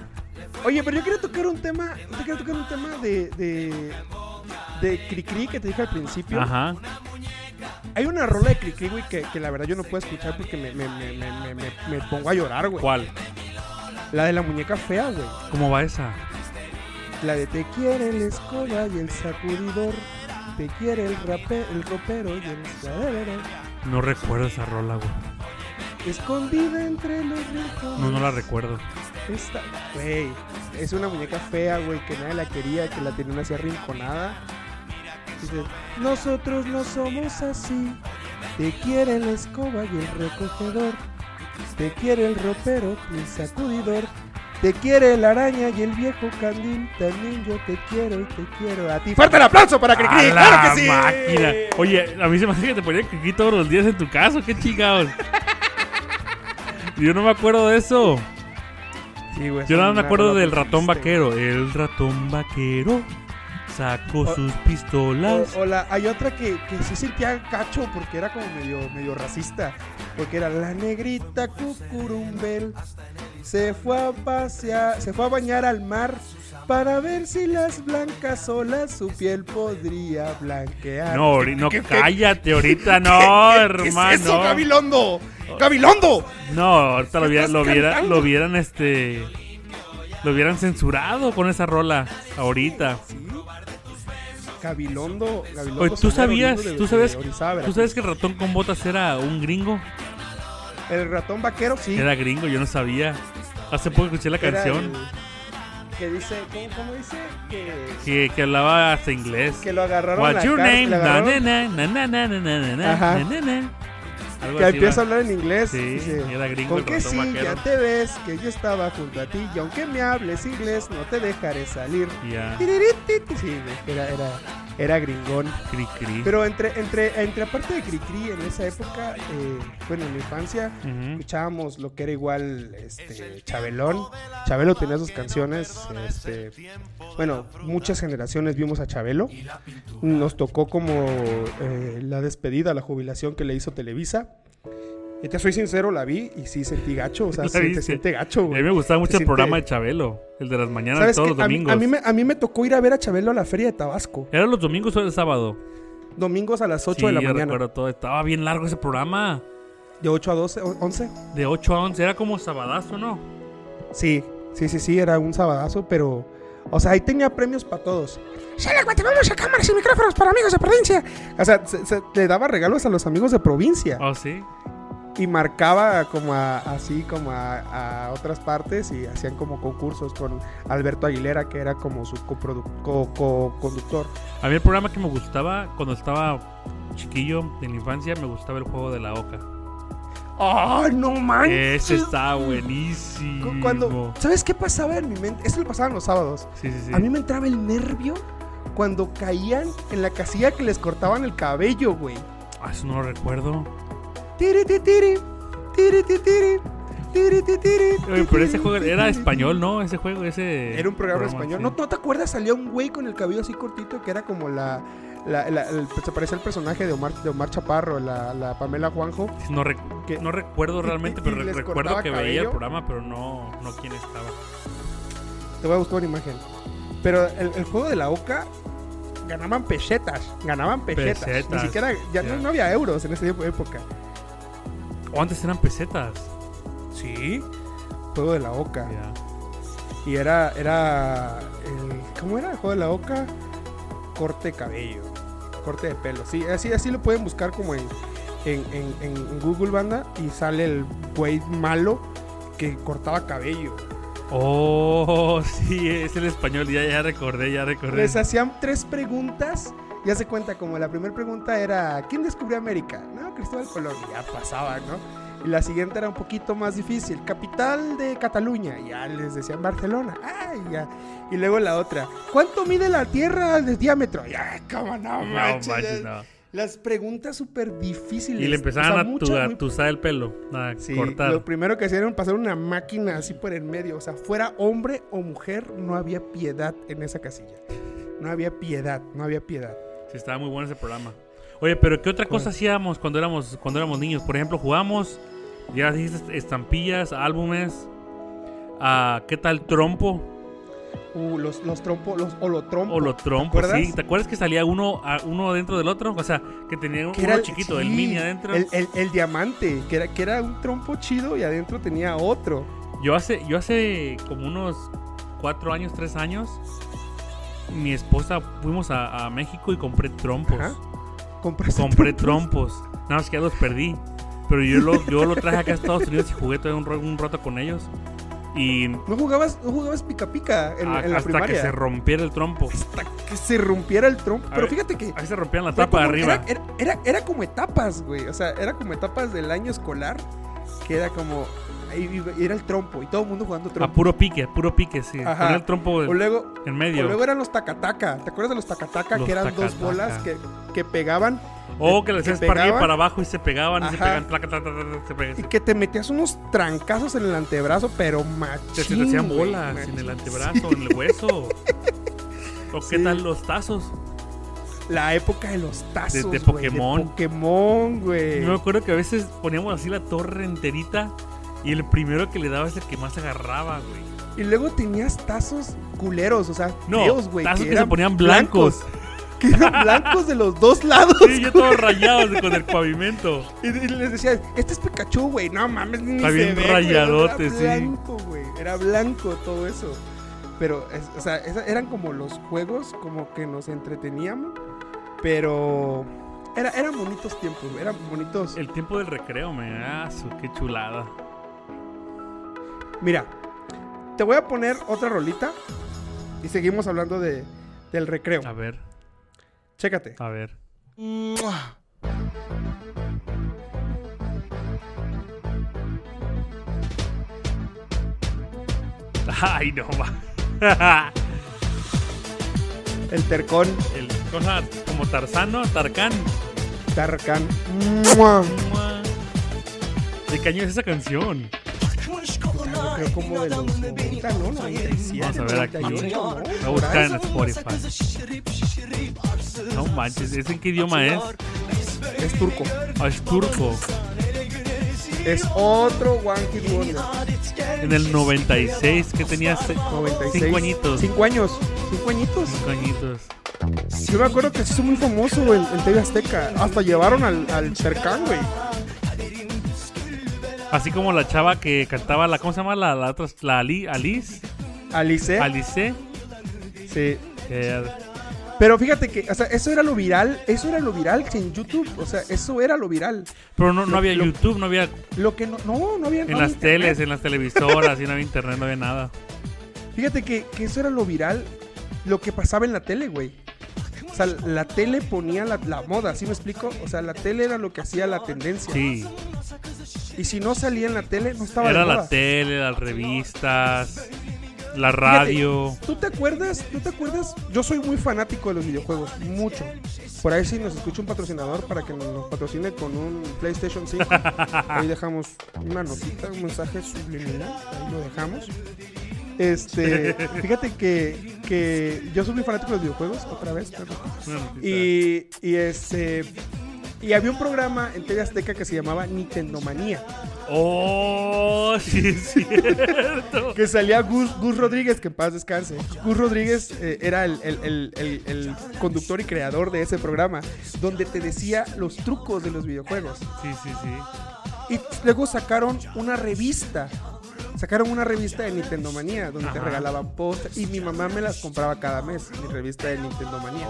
Speaker 5: Oye, pero yo quería tocar un tema. Yo quería tocar un tema de. de de Cricri que te dije al principio.
Speaker 4: Ajá.
Speaker 5: Hay una rola de Cricri, güey, que, que la verdad yo no puedo escuchar porque me, me, me, me, me- me- me pongo a llorar, güey.
Speaker 4: ¿Cuál?
Speaker 5: La de la muñeca fea, güey.
Speaker 4: ¿Cómo va esa?
Speaker 5: La de te quiere la escoba y el sacudidor. Te quiere el rape, el ropero y el
Speaker 4: No recuerdo esa rola, güey.
Speaker 5: Escondida entre los rincones.
Speaker 4: No, no la recuerdo.
Speaker 5: Esta, güey, es una muñeca fea, güey, que nadie la quería, que la tenían así arrinconada. Dice, nosotros no somos así. Te quiere la escoba y el recogedor. Te quiere el ropero y el sacudidor. Te quiere la araña y el viejo candil. También yo te quiero y te quiero a ti. ¡Fuerte el aplauso para
Speaker 4: ¡A
Speaker 5: Cricri!
Speaker 4: la
Speaker 5: ¡Claro que sí!
Speaker 4: máquina! Oye, a mí se me hace que te ponían aquí todos los días en tu casa. ¡Qué chingados! Yo no me acuerdo de eso.
Speaker 5: Sí, güey,
Speaker 4: Yo
Speaker 5: es
Speaker 4: nada más
Speaker 5: una
Speaker 4: me acuerdo
Speaker 5: rola
Speaker 4: del
Speaker 5: que
Speaker 4: ratón
Speaker 5: existe.
Speaker 4: vaquero. El ratón vaquero sacó
Speaker 5: O-
Speaker 4: sus
Speaker 5: O,
Speaker 4: pistolas.
Speaker 5: o la- hay otra que, que sí sentía cacho porque era como medio, medio racista. Porque era la negrita cucurumbel. Se fue a pasear, se fue a bañar al mar para ver si las blancas olas su piel podría blanquear.
Speaker 4: No, ori-
Speaker 5: (laughs)
Speaker 4: no, cállate ahorita, no,
Speaker 5: ¿Qué
Speaker 4: hermano.
Speaker 5: es eso, Gabilondo? ¡Gabilondo!
Speaker 4: No, ahorita lo,
Speaker 5: ¿Qué
Speaker 4: hubiera-
Speaker 5: estás
Speaker 4: lo, hubiera-
Speaker 5: cantando?
Speaker 4: lo hubieran este. Lo hubieran censurado con esa rola. Ahorita.
Speaker 5: Sí. Gabilondo, Gabilondo.
Speaker 4: Oye,
Speaker 5: se
Speaker 4: ¿tú
Speaker 5: muere
Speaker 4: sabías,
Speaker 5: oriundo de-
Speaker 4: tú sabes,
Speaker 5: de Orizaba,
Speaker 4: tú
Speaker 5: Veracruz.
Speaker 4: sabes que el ratón con botas era un gringo?
Speaker 5: El ratón vaquero, sí.
Speaker 4: Era gringo, yo no sabía. Hace poco escuché la
Speaker 5: Era
Speaker 4: canción
Speaker 5: el- que dice, ¿cómo, cómo dice? Que,
Speaker 4: que, que hablaba hasta inglés.
Speaker 5: que lo agarraron en la
Speaker 4: What's your
Speaker 5: cárcel,
Speaker 4: name?
Speaker 5: le
Speaker 4: Na,
Speaker 5: agarraron-
Speaker 4: na, na, na, na, na, na, na, na,
Speaker 5: Ajá.
Speaker 4: na, na, na. Algo
Speaker 5: que
Speaker 4: así
Speaker 5: empieza a
Speaker 4: va.
Speaker 5: hablar en inglés.
Speaker 4: Sí,
Speaker 5: dice,
Speaker 4: era gringo
Speaker 5: Con
Speaker 4: el
Speaker 5: que
Speaker 4: ratón
Speaker 5: sí,
Speaker 4: vaquero".
Speaker 5: ya te ves, que yo estaba junto a ti y aunque me hables inglés, no te dejaré salir.
Speaker 4: Ya,
Speaker 5: Tirirititi. Sí, güey, era, era, era gringón.
Speaker 4: cri, cri.
Speaker 5: Pero entre, entre, entre aparte de Cricri, en esa época, eh, bueno, en mi infancia,
Speaker 4: Ujú.
Speaker 5: escuchábamos lo que era igual este, Chabelón. Chabelo tenía sus canciones. este, bueno, muchas generaciones vimos a Chabelo. Nos tocó como eh, la despedida, la jubilación que le hizo Televisa. Y te soy sincero, la vi y sí sentí gacho. O
Speaker 4: (laughs)
Speaker 5: sea,
Speaker 4: ¿La
Speaker 5: sí, te
Speaker 4: viste?
Speaker 5: siente gacho,
Speaker 4: A
Speaker 5: güey.
Speaker 4: mí me gustaba
Speaker 5: Se
Speaker 4: mucho el
Speaker 5: siente-
Speaker 4: programa de Chabelo, el de las mañanas de
Speaker 5: ¿Sabes
Speaker 4: todos
Speaker 5: qué?
Speaker 4: los
Speaker 5: A mí,
Speaker 4: domingos.
Speaker 5: a mí me, a mí me tocó ir a ver a Chabelo a la Feria de Tabasco.
Speaker 4: ¿Era los domingos o el sábado?
Speaker 5: Domingos a las 8
Speaker 4: Sí,
Speaker 5: de la
Speaker 4: yo
Speaker 5: mañana.
Speaker 4: recuerdo todo. Estaba bien largo ese programa.
Speaker 5: De 8 a 12, o- 11.
Speaker 4: De 8 a 11. Era como sabadazo, ¿no?
Speaker 5: Sí, sí, sí, sí, era un sabadazo, pero. O sea, ahí tenía premios para todos. ¡Sale, Guatemala, a cámaras y micrófonos para amigos de provincia! O sea, se- se- le daba regalos a los amigos de provincia.
Speaker 4: Ah, sí.
Speaker 5: Y marcaba como a- así, como a, a otras partes y hacían como concursos con Alberto Aguilera, que era como su coprodu- co- co-conductor.
Speaker 4: A mí el programa que me gustaba cuando estaba chiquillo, en la infancia, me gustaba el juego de la oca.
Speaker 5: ¡Ah, no manches!
Speaker 4: Ese está buenísimo.
Speaker 5: Cu- Cuando, ¿Sabes qué pasaba en mi mente? Eso lo pasaban los sábados.
Speaker 4: Sí, sí, sí.
Speaker 5: A mí me entraba el nervio cuando caían en la casilla que les cortaban el cabello, güey.
Speaker 4: Ah, eso no lo recuerdo.
Speaker 5: Tiri, ti, tiri, tiri, ti, tiri, tiri, ti, tiri,
Speaker 4: Oye,
Speaker 5: ti,
Speaker 4: pero ese
Speaker 5: tiri,
Speaker 4: juego
Speaker 5: ti,
Speaker 4: era
Speaker 5: tiri,
Speaker 4: español, ¿no? Ese juego, ese.
Speaker 5: tiri. Era un programa, español. ¿No,
Speaker 4: sí.
Speaker 5: ¿No te acuerdas? Salía un güey con el cabello así cortito que era como la. la- la- el- se parecía al personaje de Omar, de Omar Chaparro, la, la Pamela Juanjo.
Speaker 4: No, rec-
Speaker 5: que-
Speaker 4: no recuerdo realmente,
Speaker 5: y-
Speaker 4: pero
Speaker 5: y
Speaker 4: re-
Speaker 5: les
Speaker 4: recuerdo
Speaker 5: cortaba
Speaker 4: que veía el
Speaker 5: cabello.
Speaker 4: programa, pero no, no quién estaba.
Speaker 5: Te voy a buscar una imagen. Pero el, el juego de la Oca ganaban pesetas. Ganaban pesetas. Ni
Speaker 4: Pesetas,
Speaker 5: siquiera. Ya
Speaker 4: ya.
Speaker 5: no, no había euros en esa época.
Speaker 4: O antes eran pesetas.
Speaker 5: Sí. Juego de la Oca.
Speaker 4: Ya.
Speaker 5: Y era, era el- ¿cómo era? El juego de la oca, corte de cabello, corte de pelo. Sí, así, así lo pueden buscar como en, en, en- en Google Banda y sale el Quaid malo que cortaba cabello.
Speaker 4: Oh, (laughs) sí, es el español. Ya, ya recordé, ya recordé.
Speaker 5: Les hacían tres preguntas y hace cuenta como la primera pregunta era ¿quién descubrió América? No, Cristóbal Colón. Y Ya pasaba, ¿no? Y la siguiente era un poquito más difícil. Capital de Cataluña. Y Ya les decían Barcelona. Ah, y ya. Y luego la otra. ¿Cuánto mide la Tierra de diámetro? Ya, cómo
Speaker 4: No
Speaker 5: no, manches,
Speaker 4: manches,
Speaker 5: ya-
Speaker 4: no.
Speaker 5: Las preguntas súper difíciles.
Speaker 4: Y le
Speaker 5: O
Speaker 4: empezaban
Speaker 5: sea,
Speaker 4: a,
Speaker 5: muchas
Speaker 4: tu- a
Speaker 5: muy-
Speaker 4: tuzar el pelo, a
Speaker 5: Sí,
Speaker 4: cortar.
Speaker 5: lo primero que hicieron pasar una máquina así por el medio. O sea, fuera hombre o mujer, no había piedad en esa casilla. No había piedad, no había piedad.
Speaker 4: Sí, estaba muy bueno ese programa. Oye, pero ¿qué otra cosa
Speaker 5: Pues-
Speaker 4: hacíamos cuando éramos, cuando éramos niños? Por ejemplo, jugamos, ya dijiste, estampillas, álbumes. Ah, ¿Qué tal trompo?
Speaker 5: Uh, los, los trompos, los holotrompos.
Speaker 4: O lo trompo,
Speaker 5: ¿Te acuerdas?
Speaker 4: sí. ¿Te acuerdas que salía uno, a- uno dentro del otro? O sea, que tenía uno
Speaker 5: Que era
Speaker 4: chiquito,
Speaker 5: sí,
Speaker 4: el mini adentro.
Speaker 5: El, el- el diamante, que era, que era un trompo chido y adentro tenía otro.
Speaker 4: Yo hace, yo hace como unos cuatro años, tres años, mi esposa fuimos a, a México y compré trompos.
Speaker 5: Ajá. Compraste
Speaker 4: Pues, Compré
Speaker 5: trompos.
Speaker 4: trompos. Nada más que ya los perdí. Pero yo lo, yo lo traje acá a Estados Unidos y jugué todo un, ro- un rato con ellos. Y
Speaker 5: No jugabas, no jugabas pica pica en,
Speaker 4: a-
Speaker 5: en la
Speaker 4: Ah, hasta
Speaker 5: primaria.
Speaker 4: que se rompiera el trompo.
Speaker 5: Hasta que se rompiera el trompo.
Speaker 4: A
Speaker 5: Pero
Speaker 4: ver,
Speaker 5: fíjate que.
Speaker 4: Ahí se rompían la
Speaker 5: Fue
Speaker 4: tapa de
Speaker 5: como-
Speaker 4: arriba.
Speaker 5: Era, era- era- era como etapas, güey. O sea, era como etapas del año escolar. Que era como. ahí iba- Era el trompo y todo el mundo jugando
Speaker 4: A
Speaker 5: trompo.
Speaker 4: puro pique, a puro pique, sí.
Speaker 5: Ajá.
Speaker 4: Ponía el trompo
Speaker 5: o luego,
Speaker 4: en
Speaker 5: o
Speaker 4: medio.
Speaker 5: luego eran los tacataca. ¿Te acuerdas de los tacataca?
Speaker 4: Los
Speaker 5: que eran dos
Speaker 4: tacataca.
Speaker 5: bolas que, que pegaban
Speaker 4: O que les
Speaker 5: que
Speaker 4: hacías para arriba y
Speaker 5: pegaban.
Speaker 4: para abajo y se pegaban y se
Speaker 5: Ajá.
Speaker 4: pegaban. Tlaca, tlaca, tlaca, tlaca, se pegaban.
Speaker 5: y que te metías unos trancazos en el antebrazo, pero machín.
Speaker 4: Se, se te hacían
Speaker 5: güey,
Speaker 4: bolas
Speaker 5: machín.
Speaker 4: en el antebrazo, en el
Speaker 5: (laughs)
Speaker 4: hueso. ¿O qué
Speaker 5: Sí.
Speaker 4: tal los tazos?
Speaker 5: La época de los tazos.
Speaker 4: de
Speaker 5: güey,
Speaker 4: Pokémon.
Speaker 5: Pokémon, güey.
Speaker 4: Yo me acuerdo que a veces poníamos así la torre enterita y el primero que le daba es el que más agarraba, güey.
Speaker 5: Y luego tenías tazos culeros, o sea,
Speaker 4: No,
Speaker 5: feos, güey.
Speaker 4: tazos que se
Speaker 5: eran
Speaker 4: ponían blancos.
Speaker 5: (laughs) Que eran blancos de los
Speaker 4: (laughs)
Speaker 5: dos lados.
Speaker 4: Sí, yo todo rayado de- con el pavimento.
Speaker 5: Y, y les decía, este es Pikachu, güey. No mames, ni
Speaker 4: Está
Speaker 5: se
Speaker 4: bien
Speaker 5: ve,
Speaker 4: rayadote,
Speaker 5: güey.
Speaker 4: sí.
Speaker 5: Era blanco, güey. Era blanco todo eso. Pero, es- o sea, esa- eran como los juegos, como que nos entreteníamos. Pero era, eran bonitos tiempos, güey. Eran bonitos.
Speaker 4: El tiempo del recreo, me ah, su, qué chulada.
Speaker 5: Mira, te voy a poner otra rolita. Y seguimos hablando de, del recreo.
Speaker 4: A ver,
Speaker 5: Chécate.
Speaker 4: a ver. (laughs) Ay, no va.
Speaker 5: El tercón,
Speaker 4: (laughs) El cosa como Tarzano, Tarkan.
Speaker 5: Tarkan.
Speaker 4: ¿De qué año es esa canción?
Speaker 5: Creo como de los 90, ¿no? 97,
Speaker 4: Vamos a ver aquí.
Speaker 5: 98, ¿no?
Speaker 4: Voy a buscar en Spotify. No manches, ¿es en qué idioma es?
Speaker 5: Es turco.
Speaker 4: Ah, es turco.
Speaker 5: Es otro One Hit Wonder.
Speaker 4: En el 96, que tenía 5
Speaker 5: 96.
Speaker 4: Cinco añitos.
Speaker 5: Cinco años. Cinco añitos.
Speaker 4: añitos.
Speaker 5: Yo me acuerdo que se hizo muy famoso en, en TV Azteca. Hasta llevaron al, al Cercán, güey.
Speaker 4: Así como la chava que cantaba la, ¿cómo se llama? La, la otra, la Ali, Alice.
Speaker 5: Alice.
Speaker 4: Alice. Eh,
Speaker 5: Sí.
Speaker 4: que-
Speaker 5: Pero fíjate que, o sea, eso era lo viral. Eso era lo viral que en YouTube. O sea, eso era lo viral.
Speaker 4: pero no, no
Speaker 5: Lo-
Speaker 4: había
Speaker 5: lo-
Speaker 4: YouTube, no había
Speaker 5: Lo que no, no, no había no
Speaker 4: en
Speaker 5: había
Speaker 4: las
Speaker 5: internet.
Speaker 4: teles, en las televisoras, y no había internet, no había nada.
Speaker 5: Fíjate que, que eso era lo viral, lo que pasaba en la tele, güey. O sea, la tele ponía la, la moda, ¿sí me explico? O sea, la tele era lo que hacía la tendencia.
Speaker 4: Sí.
Speaker 5: Y si no salía en la tele, no estaba
Speaker 4: Era
Speaker 5: de moda.
Speaker 4: la tele, las revistas, la radio.
Speaker 5: Fíjate, ¿Tú te acuerdas? ¿Tú te acuerdas? Yo soy muy fanático de los videojuegos, mucho. Por ahí si nos escucha un patrocinador para que nos patrocine con un PlayStation 5. ahí dejamos una notita, un mensaje subliminal, ahí lo dejamos. Este, fíjate que, que yo soy muy fanático de los videojuegos, otra vez. perdón.
Speaker 4: Una notita.
Speaker 5: Y, y este y había un programa en TV Azteca que se llamaba Nintendomanía,
Speaker 4: Oh, (laughs) sí es cierto.
Speaker 5: que salía Gus, Gus Rodríguez, que en paz descanse. Gus Rodríguez eh, era el, el- el- el- el conductor y creador de ese programa, donde te decía los trucos de los videojuegos.
Speaker 4: Sí, sí, sí.
Speaker 5: Y luego sacaron una revista. Sacaron una revista de Nintendomanía donde te
Speaker 4: Ajá.
Speaker 5: regalaban
Speaker 4: Oh.
Speaker 5: post y mi mamá me las compraba cada mes, mi revista de Nintendomanía.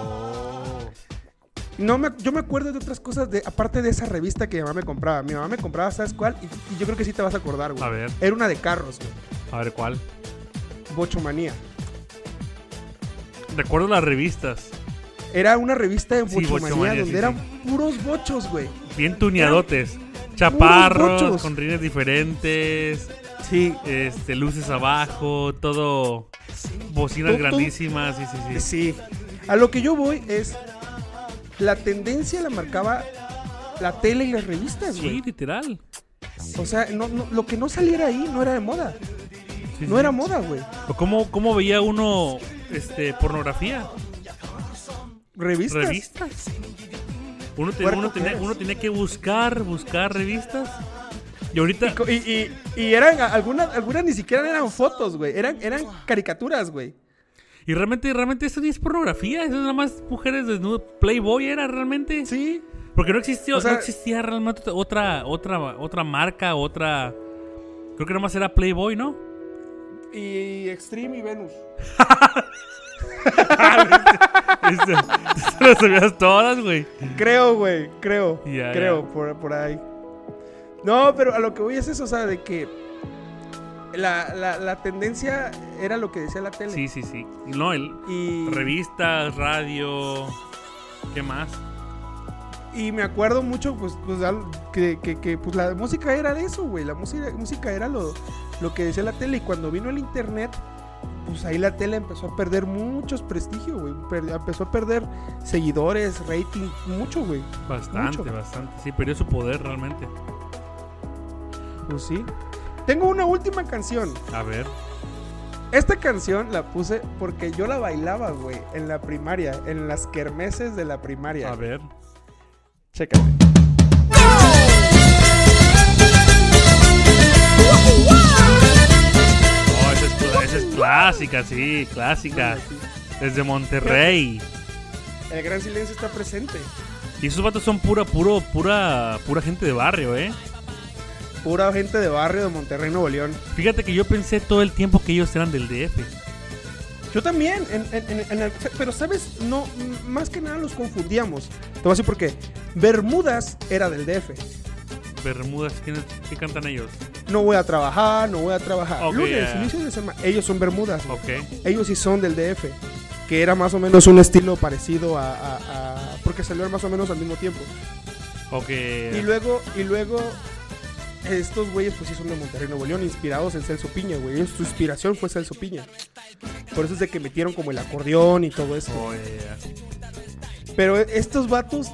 Speaker 5: No me, yo me acuerdo de otras cosas, de, aparte de esa revista que mi mamá me compraba. Mi mamá me compraba, ¿sabes cuál? Y, y yo creo que sí te vas a acordar, güey.
Speaker 4: A ver.
Speaker 5: Era una de carros, güey.
Speaker 4: A ver, ¿cuál?
Speaker 5: Bochomanía.
Speaker 4: Recuerdo las revistas.
Speaker 5: Era una revista de
Speaker 4: Sí,
Speaker 5: bochomanía
Speaker 4: Bochomanía,
Speaker 5: donde
Speaker 4: sí,
Speaker 5: eran puros bochos, güey.
Speaker 4: Bien tuneadotes. Chaparros,
Speaker 5: bochos.
Speaker 4: con rines diferentes,
Speaker 5: Sí.
Speaker 4: este, luces abajo, todo. Bocinas
Speaker 5: Todo-
Speaker 4: grandísimas, sí, sí, sí.
Speaker 5: Sí. A lo que yo voy es. La tendencia la marcaba la tele y las revistas,
Speaker 4: Sí,
Speaker 5: güey.
Speaker 4: literal.
Speaker 5: O sea, no, no- lo que no saliera ahí no era de moda.
Speaker 4: Sí,
Speaker 5: No
Speaker 4: sí.
Speaker 5: era moda, güey.
Speaker 4: ¿O ¿Cómo, cómo veía uno este, pornografía?
Speaker 5: Revistas.
Speaker 4: Revistas. Uno, te-
Speaker 5: Puerco
Speaker 4: uno
Speaker 5: que
Speaker 4: tenía,
Speaker 5: eres.
Speaker 4: uno tenía que buscar, buscar revistas. Y ahorita,
Speaker 5: Co- Y, y- y eran algunas, algunas ni siquiera eran fotos, güey. Eran, eran caricaturas, güey.
Speaker 4: y realmente, realmente eso ni es pornografía, eso es nada más mujeres desnudas. Playboy era realmente.
Speaker 5: Sí.
Speaker 4: Porque no existió,
Speaker 5: O sea-
Speaker 4: no existía realmente otra, otra, otra marca, otra. Creo que nada más era Playboy, ¿no? (laughs)
Speaker 5: Y Extreme y Venus.
Speaker 4: (laughs) Eso, eso lo sabías Este, todas, güey.
Speaker 5: Creo, güey. Creo.
Speaker 4: Ya,
Speaker 5: creo,
Speaker 4: ya.
Speaker 5: Por, por ahí. No, pero a lo que voy es eso, o sea, de que la, la- la tendencia era lo que decía la tele.
Speaker 4: Sí, sí, sí. No, el,
Speaker 5: Y,
Speaker 4: revistas, radio. ¿Qué más?
Speaker 5: y me acuerdo mucho, pues, pues, al- que, que- que, pues la música era de eso, güey. La música, música era lo, lo que decía la tele. Y cuando vino el internet, pues ahí la tele empezó a perder muchos prestigio, güey. Per- empezó a perder seguidores, rating, mucho, güey.
Speaker 4: Bastante,
Speaker 5: Mucho.
Speaker 4: bastante. Sí, perdió su poder realmente.
Speaker 5: Pues sí. Tengo una última canción.
Speaker 4: A ver.
Speaker 5: Esta canción la puse porque yo la bailaba, güey, en la primaria, en las kermeses de la primaria.
Speaker 4: A ver.
Speaker 5: Chécate.
Speaker 4: Oh, esa es, cl- esa es clásica, sí, clásica. Desde Monterrey.
Speaker 5: El gran silencio está presente.
Speaker 4: Y esos vatos son pura, puro, pura, pura gente de barrio, eh.
Speaker 5: Pura gente de barrio de Monterrey, Nuevo León.
Speaker 4: Fíjate que yo pensé todo el tiempo que ellos eran del DF.
Speaker 5: Yo también, en- en- en- en el- pero sabes, no, m- más que nada los confundíamos. Te voy a decir por qué. Bermudas era del DF.
Speaker 4: Bermudas, ¿quiénes- ¿qué cantan ellos?
Speaker 5: No voy a trabajar, no voy a trabajar.
Speaker 4: Ok,
Speaker 5: Lunes,
Speaker 4: ya.
Speaker 5: inicio de semana. Ellos son Bermudas. güey.
Speaker 4: Ok.
Speaker 5: Ellos sí son del DF. Que era más o menos un estilo parecido a. a- a- porque salió más o menos al mismo tiempo.
Speaker 4: Ok.
Speaker 5: Y luego, y luego, estos güeyes pues sí son de Monterrey, Nuevo León, inspirados en Celso Piña, güey. Ellos- Su inspiración fue Celso Piña. Por eso es de que metieron como el acordeón y todo eso.
Speaker 4: Oh, yeah.
Speaker 5: Pero estos vatos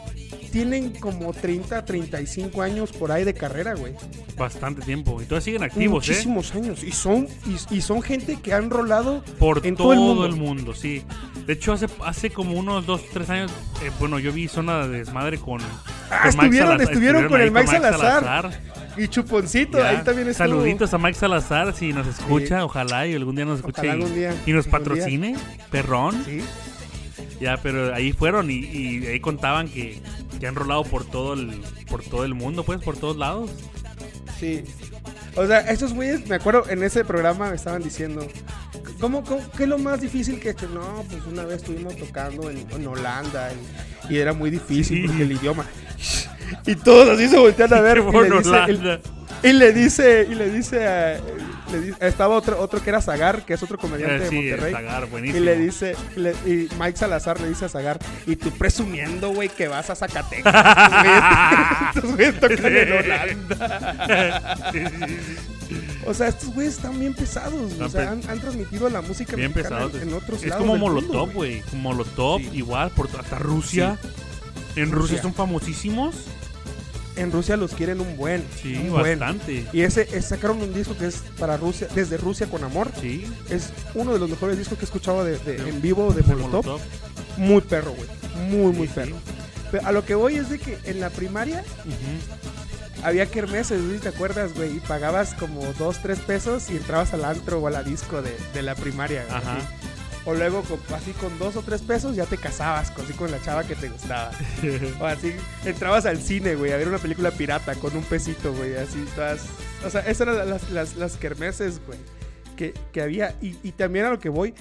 Speaker 5: tienen como 30, 35 años por ahí de carrera, güey.
Speaker 4: Bastante tiempo. Y todos siguen activos, eh.
Speaker 5: Muchísimos años. Y son, y, y son gente que han rolado
Speaker 4: Por
Speaker 5: en
Speaker 4: todo, el, mundo. sí. De hecho, hace, hace como unos dos, tres años, eh, bueno, yo vi Zona de Desmadre con.
Speaker 5: Ah,
Speaker 4: con Mike
Speaker 5: estuvieron-
Speaker 4: Salazar-
Speaker 5: estuvieron con
Speaker 4: ahí
Speaker 5: el Mike Salazar. Y Chuponcito,
Speaker 4: Ya.
Speaker 5: ahí también estuvo.
Speaker 4: Saluditos a Mike Salazar si nos escucha, ojalá y algún día nos escuche
Speaker 5: Ojalá
Speaker 4: y,
Speaker 5: algún día,
Speaker 4: y nos
Speaker 5: algún
Speaker 4: patrocine, perrón.
Speaker 5: Sí.
Speaker 4: Ya, pero ahí fueron y, y ahí contaban que, que han rolado por todo el por todo el mundo, pues, por todos lados.
Speaker 5: Sí. O sea, estos güeyes, me acuerdo, en ese programa me estaban diciendo, ¿cómo, cómo, qué es lo más difícil que he hecho? No, pues una vez estuvimos tocando en, en Holanda y, y era muy difícil
Speaker 4: Sí.
Speaker 5: porque el idioma. (laughs) Y todos así se voltean a ver.
Speaker 4: Qué
Speaker 5: y,
Speaker 4: bueno,
Speaker 5: le dice,
Speaker 4: Holanda.
Speaker 5: y le dice, y le dice, a- le di- estaba otro, otro que era Zagar, que es otro comediante
Speaker 4: Eh,
Speaker 5: de
Speaker 4: sí,
Speaker 5: Monterrey.
Speaker 4: Zagar, buenísimo.
Speaker 5: Y le dice, le- y Mike Salazar le dice a Zagar, y tú presumiendo, güey, que vas a Zacatecas. (laughs) Estos güeyes- Estos güeyes tocan
Speaker 4: (laughs)
Speaker 5: en Holanda.
Speaker 4: Sí, sí, sí, sí.
Speaker 5: O sea, estos güeyes están bien pesados.
Speaker 4: Están
Speaker 5: o sea,
Speaker 4: pe-
Speaker 5: han, han transmitido la música
Speaker 4: Bien
Speaker 5: mexicana
Speaker 4: pesado.
Speaker 5: en, en otros
Speaker 4: es
Speaker 5: lados
Speaker 4: como
Speaker 5: del mundo,
Speaker 4: Molotov, güey. Como Molotov, igual, por, hasta Rusia. En Rusia.
Speaker 5: Rusia.
Speaker 4: son famosísimos.
Speaker 5: En Rusia los quieren un buen.
Speaker 4: Sí,
Speaker 5: un buen.
Speaker 4: bastante.
Speaker 5: Y ese es- sacaron un disco que es para Rusia, desde Rusia con amor.
Speaker 4: Sí.
Speaker 5: Es uno de los mejores discos que he escuchado de, de-
Speaker 4: De-
Speaker 5: en vivo de
Speaker 4: de
Speaker 5: Molotov.
Speaker 4: Molotov.
Speaker 5: Muy perro, güey. Muy, muy
Speaker 4: Sí, sí.
Speaker 5: perro. Pero a lo que voy es de que en la primaria
Speaker 4: Ujú.
Speaker 5: había kermeses, güey, ¿te acuerdas, güey? Y pagabas como 2, 3 pesos y entrabas al antro o a la disco de, de la primaria, güey.
Speaker 4: Ajá.
Speaker 5: O luego con- así con dos o tres pesos ya te casabas con, así con la chava que te
Speaker 4: (laughs)
Speaker 5: gustaba. O así entrabas al cine, güey, a ver una película pirata con un pesito, güey, así todas... O sea, esas eran las, las, las kermeses, güey, que, que había. Y, y también a lo que voy,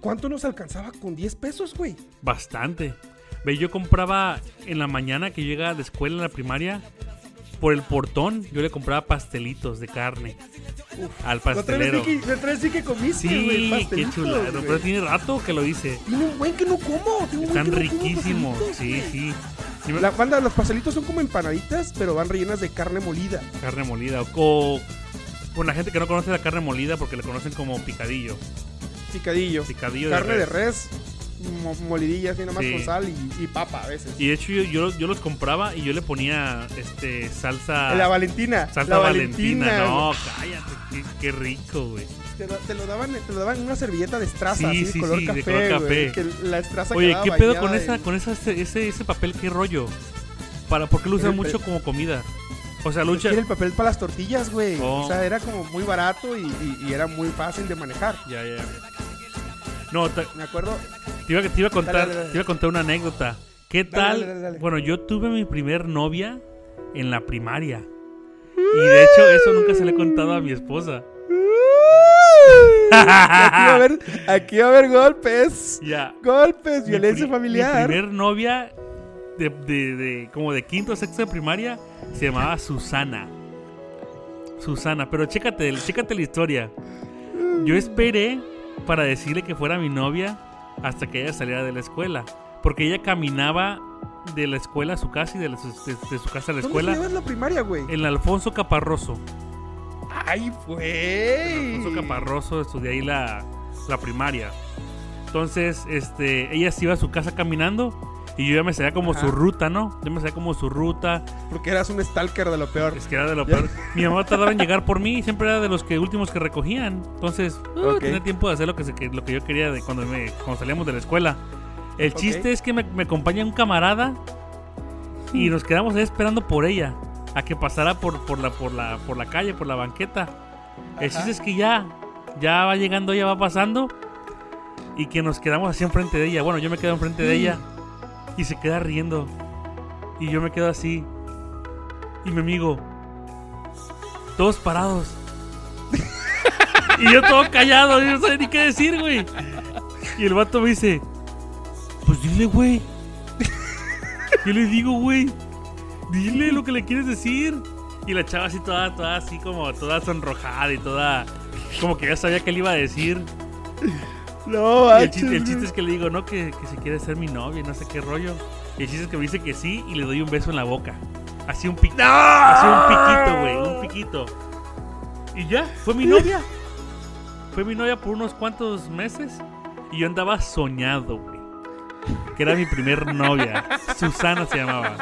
Speaker 5: ¿cuánto nos alcanzaba con 10 pesos, güey?
Speaker 4: Bastante. Ve, yo compraba en la mañana que llega de escuela en la primaria, por el portón, yo le compraba pastelitos de carne al
Speaker 5: Lo traes
Speaker 4: pastelero.
Speaker 5: sí que- lo traes sí que comiste, güey,
Speaker 4: Sí, qué
Speaker 5: pastelitos,
Speaker 4: chulado.
Speaker 5: güey.
Speaker 4: Pero tiene rato que lo hice.
Speaker 5: Tiene un buen que no como. tiene un buen
Speaker 4: Están
Speaker 5: que no como
Speaker 4: riquísimos.
Speaker 5: pastelitos,
Speaker 4: Sí,
Speaker 5: güey.
Speaker 4: sí. Sí me-
Speaker 5: La banda, los pastelitos son como empanaditas, pero van rellenas de carne molida.
Speaker 4: Carne molida. O, o- bueno, la gente que no conoce la carne molida porque la conocen como picadillo.
Speaker 5: Picadillo.
Speaker 4: Picadillo
Speaker 5: carne
Speaker 4: de
Speaker 5: de
Speaker 4: res.
Speaker 5: res, mo- molidilla así nomás
Speaker 4: Sí.
Speaker 5: con sal y, y papa a veces.
Speaker 4: Y de hecho yo, yo, yo los compraba y yo le ponía este salsa.
Speaker 5: La Valentina.
Speaker 4: salsa
Speaker 5: la
Speaker 4: Valentina.
Speaker 5: Valentina,
Speaker 4: No, cállate. Qué, qué rico, güey.
Speaker 5: Te lo, te lo daban, te lo daban en una servilleta de estraza,
Speaker 4: Sí,
Speaker 5: así, de
Speaker 4: sí,
Speaker 5: color
Speaker 4: sí, de
Speaker 5: café,
Speaker 4: color
Speaker 5: güey,
Speaker 4: café.
Speaker 5: que la estraza
Speaker 4: Oye,
Speaker 5: quedaba
Speaker 4: ¿qué pedo
Speaker 5: bañada
Speaker 4: con
Speaker 5: en-
Speaker 4: esa, con esa, ese, ese papel? ¿Qué rollo? Para, ¿Por qué lo usan
Speaker 5: El pe-
Speaker 4: mucho como comida? O sea,
Speaker 5: Pues
Speaker 4: lucha.
Speaker 5: Era el papel para las tortillas, güey.
Speaker 4: Oh.
Speaker 5: O sea, era como muy barato y, y- y era muy fácil de manejar.
Speaker 4: Ya, ya. No, ta-
Speaker 5: Me acuerdo,
Speaker 4: Te iba, te iba a contar,
Speaker 5: Dale, dale, dale.
Speaker 4: te iba a contar una anécdota. ¿Qué tal?
Speaker 5: dale, dale.
Speaker 4: Bueno, yo tuve mi primer novia en la primaria. Y de hecho, eso nunca se le he contado a mi esposa.
Speaker 5: aquí va a haber, aquí va a haber golpes.
Speaker 4: Ya.
Speaker 5: Golpes,
Speaker 4: Mi
Speaker 5: violencia
Speaker 4: pri-
Speaker 5: familiar.
Speaker 4: Mi primer novia de, de- de- como de quinto o sexto de primaria se llamaba Susana. Susana, pero chécate, chécate la historia. Yo esperé para decirle que fuera mi novia hasta que ella saliera de la escuela. Porque ella caminaba de la escuela a su casa y de, la- de- de su casa a la
Speaker 5: ¿Dónde
Speaker 4: escuela Eh,
Speaker 5: llevas la primaria, güey?
Speaker 4: en la Alfonso Caparroso.
Speaker 5: Ay, güey.
Speaker 4: Alfonso Caparroso estudié ahí la, la primaria. Entonces, este, ella se iba a su casa caminando y yo ya me sabía como
Speaker 5: Ajá.
Speaker 4: su ruta, ¿no? Yo me sabía como su ruta,
Speaker 5: Porque eras un stalker de lo peor.
Speaker 4: es que era de lo peor. Mi mamá tardaba en llegar por mí, siempre era de los que últimos que recogían. Entonces, uh,
Speaker 5: Ok.
Speaker 4: tenía tiempo de hacer lo que, se- que- lo que yo quería de cuando, me, cuando salíamos de la escuela. El
Speaker 5: Ok.
Speaker 4: chiste es que me, me acompaña un camarada y nos quedamos ahí esperando por ella, a que pasara por, por, la, por, la, por la calle, por la banqueta. El
Speaker 5: Ajá.
Speaker 4: chiste es que ya, ya va llegando, ya va pasando y que nos quedamos así enfrente de ella. Bueno, yo me quedo enfrente de ella y se queda riendo. Y yo me quedo así. Y mi amigo, todos parados. (laughs) y yo todo callado, yo no sabía ni qué decir, güey. Y el vato me dice, pues dile, güey. (laughs) Yo le digo, güey, dile lo que le quieres decir. Y la chava así toda, toda así como toda sonrojada y toda... Como que ya sabía que le iba a decir.
Speaker 5: No,
Speaker 4: Y el,
Speaker 5: manches,
Speaker 4: chiste, el chiste
Speaker 5: güey.
Speaker 4: es que le digo, no, que, que se quiere ser mi novia, no sé qué rollo. Y el chiste es que me dice que sí y le doy un beso en la boca. Así un piquito. Así un piquito, güey, un piquito. Y ya, fue mi novia. Fue mi novia por unos cuantos meses y yo andaba soñado, güey. Que era mi primer
Speaker 5: (laughs)
Speaker 4: novia. Susana se llamaba.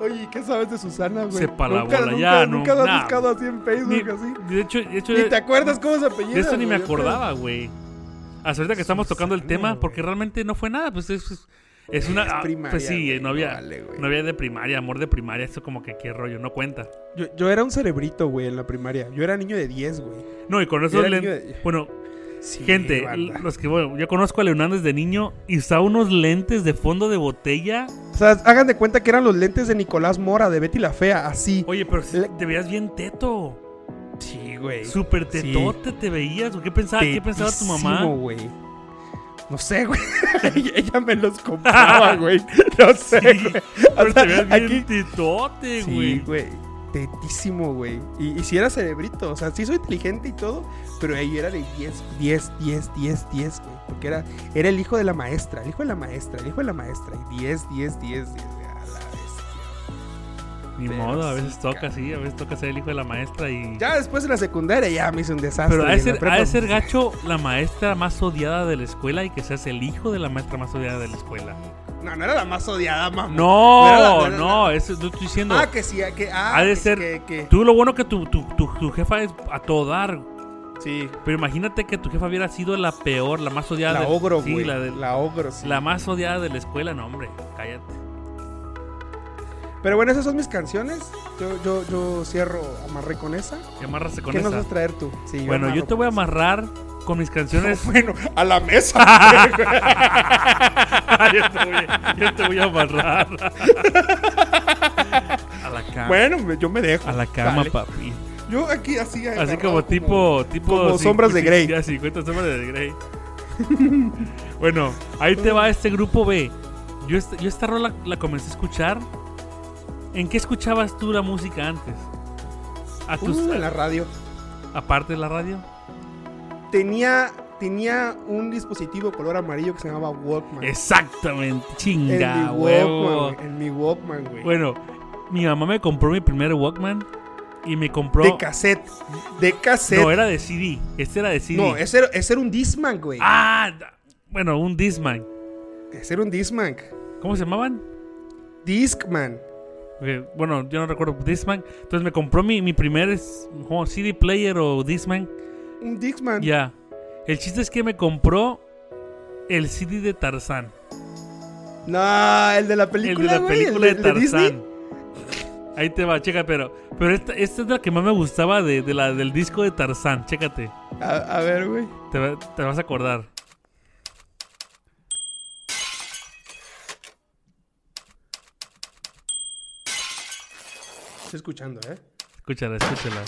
Speaker 5: Oye, ¿qué sabes de Susana, güey?
Speaker 4: Sepa la
Speaker 5: nunca,
Speaker 4: bola,
Speaker 5: nunca,
Speaker 4: ya, no,
Speaker 5: nunca la
Speaker 4: nah.
Speaker 5: has buscado así en Facebook,
Speaker 4: Ni-
Speaker 5: así.
Speaker 4: de hecho, de hecho
Speaker 5: Ni te acuerdas cómo se apellida.
Speaker 4: de esto ni me
Speaker 5: güey, yo creo.
Speaker 4: acordaba, güey. Hasta ahorita que estamos tocando el
Speaker 5: Susana,
Speaker 4: tema,
Speaker 5: güey.
Speaker 4: porque realmente no fue nada, pues es, es- es una... ah,
Speaker 5: primaria,
Speaker 4: pues sí,
Speaker 5: güey,
Speaker 4: no había,
Speaker 5: no vale, güey.
Speaker 4: no había de primaria, amor de primaria, esto como que qué rollo, no cuenta.
Speaker 5: Yo, yo era un cerebrito, güey, en la primaria. Yo era niño de 10, güey.
Speaker 4: No, y con eso...
Speaker 5: Era
Speaker 4: le-
Speaker 5: niño de-
Speaker 4: Bueno,
Speaker 5: Sí,
Speaker 4: gente,
Speaker 5: banda.
Speaker 4: los que... Bueno, yo conozco a Leonardo desde niño y usaba unos lentes de fondo de botella.
Speaker 5: O sea, hagan de cuenta que eran los lentes de Nicolás Mora, de Betty la Fea, así.
Speaker 4: Oye, pero si
Speaker 5: Le-
Speaker 4: te veías bien teto.
Speaker 5: Sí, güey.
Speaker 4: Súper
Speaker 5: Sí.
Speaker 4: tetote te veías. ¿Qué pensaba, Ah, ¿Qué pensaba tu mamá?
Speaker 5: Tetísimo, güey. No sé, güey. (laughs) Ella- Ella me
Speaker 4: (laughs)
Speaker 5: los compraba, güey. No sé,
Speaker 4: Sí,
Speaker 5: güey. O
Speaker 4: pero
Speaker 5: sea,
Speaker 4: te veías bien
Speaker 5: (laughs) aquí-
Speaker 4: tetote,
Speaker 5: Sí,
Speaker 4: güey.
Speaker 5: güey. Tetísimo, güey. Y, y si era cerebrito, o sea, sí soy inteligente y todo, pero ahí era de 10, 10, 10, 10, 10, güey. Porque era, era el hijo de la maestra, el hijo de la maestra, el hijo de la maestra. Y 10, 10, 10, 10, güey. A la bestia.
Speaker 4: Ni
Speaker 5: Pero
Speaker 4: modo, a
Speaker 5: sí,
Speaker 4: veces toca, sí, a veces toca ser el hijo de la maestra y...
Speaker 5: Ya después en la secundaria ya me hice un desastre.
Speaker 4: Pero ha
Speaker 5: güey,
Speaker 4: de,
Speaker 5: en
Speaker 4: ser,
Speaker 5: la prepa.
Speaker 4: ha de ser gacho la maestra más odiada de la escuela y que seas el hijo de la maestra más odiada de la escuela.
Speaker 5: No, no era la más odiada, mamá.
Speaker 4: No,
Speaker 5: No, no,
Speaker 4: no,
Speaker 5: no,
Speaker 4: eso no estoy diciendo.
Speaker 5: Ah, que sí, ah, que. Ah,
Speaker 4: ha de
Speaker 5: que sí,
Speaker 4: ser...
Speaker 5: que- que-
Speaker 4: Tú lo bueno que tu, tu, tu- tu jefa es a todo dar,
Speaker 5: Sí,
Speaker 4: pero imagínate que tu jefa hubiera sido la peor, la más odiada.
Speaker 5: la
Speaker 4: del-
Speaker 5: ogro,
Speaker 4: sí,
Speaker 5: güey.
Speaker 4: la,
Speaker 5: la,
Speaker 4: del-
Speaker 5: ogro, sí.
Speaker 4: la más odiada de la escuela, no, hombre, cállate.
Speaker 5: Pero bueno, esas son mis canciones. Yo, yo, yo cierro amarré con esa.
Speaker 4: Y amárrase con
Speaker 5: ¿Qué nos
Speaker 4: esa.
Speaker 5: vas a traer tú? Sí,
Speaker 4: Bueno, yo
Speaker 5: amarro
Speaker 4: te voy a
Speaker 5: con esa.
Speaker 4: amarrar con mis
Speaker 5: (laughs)
Speaker 4: canciones...
Speaker 5: Bueno, a
Speaker 4: (laughs)
Speaker 5: la mesa. güey.
Speaker 4: yo, te voy, yo te voy a amarrar.
Speaker 5: (laughs)
Speaker 4: a la cama.
Speaker 5: bueno, me- yo me dejo.
Speaker 4: a la cama,
Speaker 5: Vale.
Speaker 4: papi.
Speaker 5: Yo aquí así.
Speaker 4: Así
Speaker 5: agarrado,
Speaker 4: como tipo. tipo
Speaker 5: como
Speaker 4: cincu-
Speaker 5: sombras de
Speaker 4: cincu-
Speaker 5: Grey.
Speaker 4: Ya,
Speaker 5: (laughs)
Speaker 4: 50 sombras de Grey. bueno, ahí te va este grupo B. Yo esta, yo esta rola la comencé a escuchar. ¿En qué escuchabas tú la música antes? A tus-
Speaker 5: Uh, en la radio.
Speaker 4: aparte de la radio.
Speaker 5: Tenía, tenía un dispositivo color amarillo que se llamaba Walkman.
Speaker 4: Exactamente,
Speaker 5: en mi
Speaker 4: chinga, huevo.
Speaker 5: Walkman, güey, en mi Walkman, güey.
Speaker 4: Bueno, mi mamá me compró mi primer Walkman y me compró.
Speaker 5: De cassette. De cassette.
Speaker 4: No, era de CD. Este era de CD.
Speaker 5: No, ese era, ese era un Disman, güey.
Speaker 4: Ah, da- bueno, un Discman.
Speaker 5: Ese era un Disman.
Speaker 4: ¿Cómo se llamaban?
Speaker 5: Discman.
Speaker 4: Eh, Bueno, yo no recuerdo Discman. Entonces me compró mi, mi primer es- como CD player o Discman.
Speaker 5: Un Discman.
Speaker 4: Ya. El chiste es que me compró el CD de Tarzán.
Speaker 5: No, el de la
Speaker 4: El
Speaker 5: película,
Speaker 4: de la
Speaker 5: güey, el
Speaker 4: película de
Speaker 5: el Disney.
Speaker 4: Tarzán. Ahí te va, checa, pero. Pero esta, esta es la que más me gustaba de, de la, del disco de Tarzán. Chécate.
Speaker 5: A, a ver, güey.
Speaker 4: Te, va- te vas a acordar.
Speaker 5: Estoy escuchando, ¿eh?
Speaker 4: Escúchala, escúchala.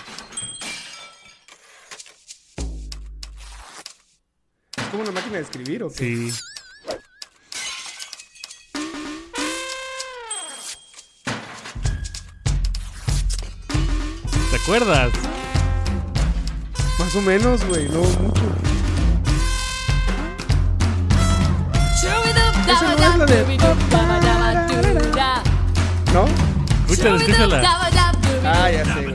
Speaker 5: Es como una máquina de escribir, ¿o qué?
Speaker 4: Sí. ¿Te acuerdas?
Speaker 5: Más o menos, güey, no mucho. ¿No?
Speaker 4: Escúchala, escúchala.
Speaker 5: Ah, ya sé, güey.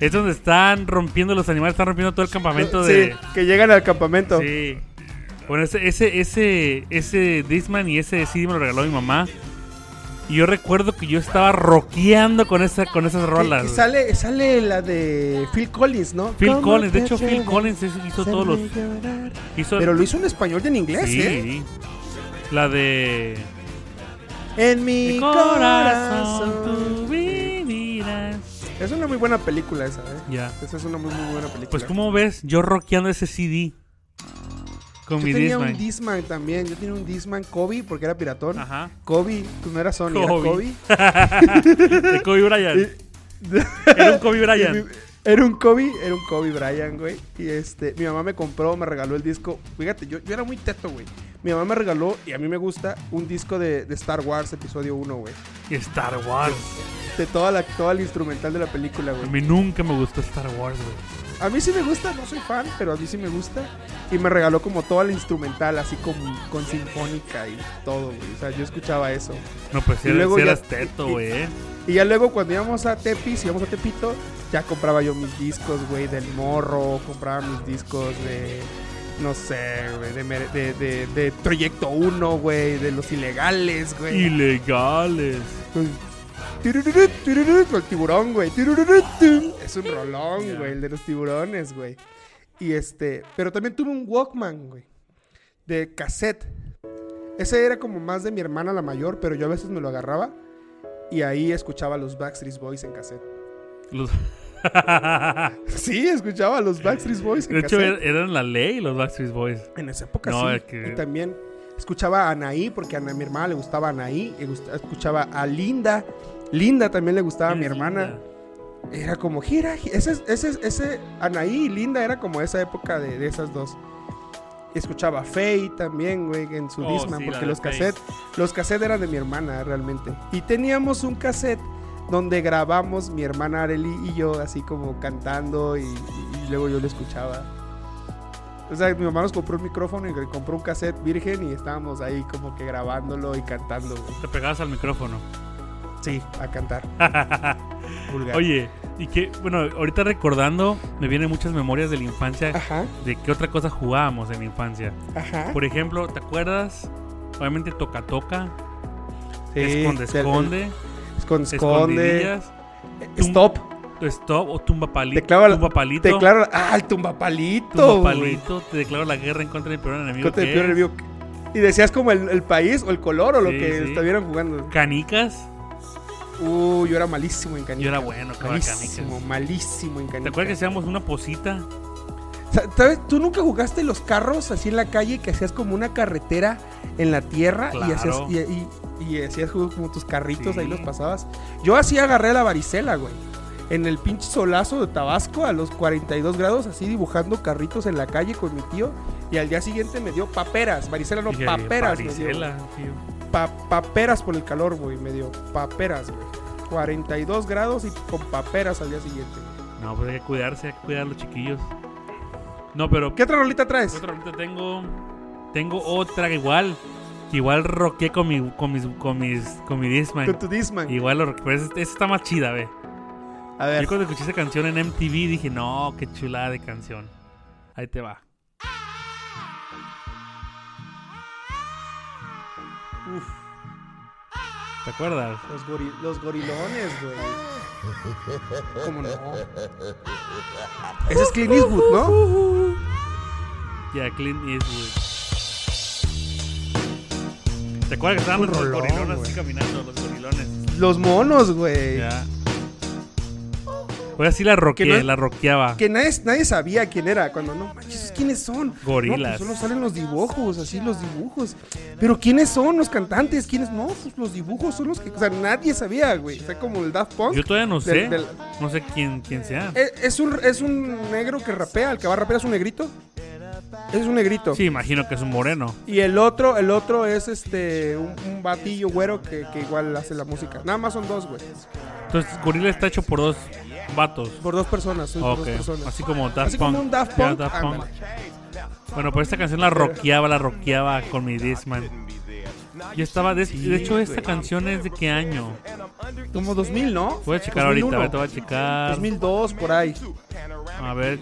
Speaker 4: Es donde están rompiendo los animales, están rompiendo todo el campamento de.
Speaker 5: Sí, que llegan al campamento.
Speaker 4: Sí. Bueno, ese, ese, ese, ese Disman y ese CD me lo regaló mi mamá. Y yo recuerdo que yo estaba rockeando con esa, con esas
Speaker 5: Que-
Speaker 4: rolas.
Speaker 5: que
Speaker 4: güey.
Speaker 5: sale, sale la de Phil Collins, ¿no?
Speaker 4: Phil
Speaker 5: ¿Cómo
Speaker 4: Collins, de
Speaker 5: te
Speaker 4: hecho Phil
Speaker 5: atreves
Speaker 4: Collins es-
Speaker 5: a
Speaker 4: hizo todos los.
Speaker 5: hacerme llorar?
Speaker 4: Hizo
Speaker 5: Pero lo hizo en español y en inglés,
Speaker 4: sí,
Speaker 5: ¿eh?
Speaker 4: La de
Speaker 5: En mi
Speaker 4: Mi
Speaker 5: corazón.
Speaker 4: corazón tú vivirás.
Speaker 5: Es una muy buena película esa, ¿eh?
Speaker 4: Ya.
Speaker 5: Esa es una muy, muy buena película.
Speaker 4: Pues como ves, yo rockeando ese CD con
Speaker 5: Yo
Speaker 4: mi
Speaker 5: tenía
Speaker 4: Discman.
Speaker 5: un Disman también. Yo tenía un Disman Kobe porque era piratón.
Speaker 4: Ajá.
Speaker 5: Kobe, tú no eras Sony,
Speaker 4: Kobe.
Speaker 5: era
Speaker 4: (laughs) De Kobe Bryant.
Speaker 5: Kobe.
Speaker 4: (laughs) Era un Kobe Bryant.
Speaker 5: (laughs) Era un Kobe, era un Kobe Bryant, güey. Y este, mi mamá me compró, me regaló el disco. Fíjate, yo, yo era muy teto, güey. Mi mamá me regaló, y a mí me gusta, un disco de, de Star Wars, episodio 1, güey.
Speaker 4: Y Star Wars.
Speaker 5: De toda la, toda la instrumental de la película,
Speaker 4: A
Speaker 5: güey.
Speaker 4: mí nunca me gustó Star Wars, güey.
Speaker 5: A mí sí me gusta, no soy fan, pero a mí sí me gusta. Y me regaló como toda la instrumental, así con, con sinfónica y todo, güey. O sea, yo escuchaba eso.
Speaker 4: No, pues si
Speaker 5: Y
Speaker 4: eras,
Speaker 5: luego
Speaker 4: si
Speaker 5: ya-
Speaker 4: eras teto,
Speaker 5: y- y- (laughs)
Speaker 4: güey. ¿eh?
Speaker 5: Y ya luego cuando íbamos a Tepis, íbamos a Tepito, ya compraba yo mis discos, güey, del morro, compraba mis discos de, no sé, güey, de, Mere- de, de, de Proyecto 1, güey, de los ilegales, güey.
Speaker 4: Ilegales.
Speaker 5: Turururut, tururut, el tiburón, güey. turururut, tum. Es un rolón, güey, el de los tiburones, güey. Y este, pero también tuve un Walkman, güey, de cassette. Ese era como más de mi hermana la mayor, pero yo a veces me lo agarraba y ahí escuchaba los Backstreet Boys en cassette. (laughs)
Speaker 4: Los- (laughs)
Speaker 5: Sí, escuchaba a los Backstreet Boys en
Speaker 4: De hecho,
Speaker 5: cassette.
Speaker 4: er- eran la ley los Backstreet Boys.
Speaker 5: en esa época
Speaker 4: No,
Speaker 5: sí.
Speaker 4: es que-
Speaker 5: Y también escuchaba a Anaí, porque a na- mi hermana le gustaba Anaí. y gust- Escuchaba a Linda. Linda también le gustaba a mi hermana. Era como, gira, gi-". Ese, es- ese, es- ese Anaí y Linda era como esa época de, de esas dos. Y Escuchaba a Faye también, güey, en su
Speaker 4: Oh,
Speaker 5: Discman,
Speaker 4: sí, la
Speaker 5: porque
Speaker 4: de
Speaker 5: los
Speaker 4: Faye.
Speaker 5: cassettes, los cassettes eran de mi hermana realmente. Y teníamos un cassette donde grabamos mi hermana Areli y yo así como cantando y, y- y luego yo lo escuchaba. O sea, mi mamá nos compró un micrófono y compró un cassette virgen y estábamos ahí como que grabándolo y cantando, güey.
Speaker 4: Te pegabas al micrófono. (laughs)
Speaker 5: Sí, a cantar. Vulgar.
Speaker 4: Oye, y que, bueno, ahorita recordando, me vienen muchas memorias de la infancia.
Speaker 5: Ajá,
Speaker 4: de qué otra cosa jugábamos en la infancia.
Speaker 5: ajá.
Speaker 4: Por ejemplo, ¿te acuerdas? Obviamente toca toca,
Speaker 5: Sí,
Speaker 4: esconde
Speaker 5: del-
Speaker 4: esconde,
Speaker 5: Esconde, esconde.
Speaker 4: escondidillas,
Speaker 5: Stop.
Speaker 4: stop o tumba palito,
Speaker 5: Te clava la-
Speaker 4: tumba palito,
Speaker 5: Te claro. Ah, el tumbapalito.
Speaker 4: tumba
Speaker 5: güey.
Speaker 4: palito, te declaro la guerra en contra del peor enemigo.
Speaker 5: Contra el
Speaker 4: que
Speaker 5: peor
Speaker 4: es.
Speaker 5: enemigo. Y decías como el, el país o el color o lo
Speaker 4: Sí,
Speaker 5: que
Speaker 4: sí.
Speaker 5: estuvieran jugando.
Speaker 4: Canicas,
Speaker 5: Uh, yo era malísimo en canicas.
Speaker 4: Yo era bueno, que era
Speaker 5: malísimo,
Speaker 4: canicas.
Speaker 5: malísimo en canicas.
Speaker 4: ¿te acuerdas que hacíamos una posita?
Speaker 5: Sa- ¿Sabes? ¿Tú nunca jugaste los carros así en la calle que hacías como una carretera en la tierra y
Speaker 4: Claro.
Speaker 5: hacías y, y- y hacías como como tus carritos
Speaker 4: Sí.
Speaker 5: ahí los pasabas? Yo así agarré la varicela, güey. En el pinche solazo de Tabasco a los 42 grados, así dibujando carritos en la calle con mi tío. Y al día siguiente me dio paperas. Varicela no,
Speaker 4: Dije,
Speaker 5: paperas. me dio,
Speaker 4: varicela, tío.
Speaker 5: pa- paperas por el calor, güey. Medio paperas, güey. 42 grados y con paperas al día siguiente. güey.
Speaker 4: No, pues hay que cuidarse, hay que cuidar a los chiquillos. No, pero
Speaker 5: ¿Qué otra rolita traes?
Speaker 4: otra ahorita tengo. Tengo otra igual. que Igual roqué con mi. con mis. con mis. con mi Discman.
Speaker 5: Con tu Disman.
Speaker 4: Igual lo roqué. Pero esta está más chida, ve.
Speaker 5: A
Speaker 4: Yo
Speaker 5: ver.
Speaker 4: cuando escuché esa canción en MTV dije, no, qué chulada de canción. Ahí te va.
Speaker 5: Uf,
Speaker 4: ¿Te acuerdas?
Speaker 5: los, gori- los gorilones, güey. ¿Cómo no? Ese es Clint Eastwood, ¿no?
Speaker 4: Ya, Clint Eastwood. ¿Te acuerdas que estaban
Speaker 5: Un
Speaker 4: los
Speaker 5: rolón,
Speaker 4: gorilones así
Speaker 5: güey.
Speaker 4: caminando, los gorilones?
Speaker 5: Los monos, güey.
Speaker 4: Ya. Oye, así la roqueé,
Speaker 5: Que no-
Speaker 4: la roqueaba.
Speaker 5: Que nadie, nadie sabía quién era. Cuando no, manches, ¿quiénes son?
Speaker 4: Gorilas.
Speaker 5: No, pues solo salen los dibujos, así los dibujos. Pero ¿quiénes son los cantantes? ¿Quiénes? No, pues los dibujos son los que. O sea, nadie sabía, güey. Está como el Daft Punk.
Speaker 4: Yo todavía no sé.
Speaker 5: del- del-
Speaker 4: No sé quién, quién sea.
Speaker 5: Eh, Es un, es un negro que rapea, el que va a rapear es un negrito. Es un negrito.
Speaker 4: Sí, imagino que es un moreno.
Speaker 5: Y el otro, el otro es este un, un batillo güero que, que igual hace la música. Nada más son dos, güey.
Speaker 4: Entonces, gorila está hecho por dos vatos.
Speaker 5: Por dos personas, son
Speaker 4: Ok,
Speaker 5: dos personas.
Speaker 4: así como Daft
Speaker 5: Así como
Speaker 4: Punk.
Speaker 5: un Daft
Speaker 4: Ya,
Speaker 5: Punk,
Speaker 4: Daft Punk.
Speaker 5: ándale.
Speaker 4: Bueno, pues esta canción la roqueaba, la roqueaba con mi Discman. Yo estaba, de, de hecho, esta canción es de qué año.
Speaker 5: Como 2000, ¿no?
Speaker 4: Voy a checar
Speaker 5: 2001.
Speaker 4: ahorita, ahorita voy a checar.
Speaker 5: 2002, por ahí.
Speaker 4: A ver,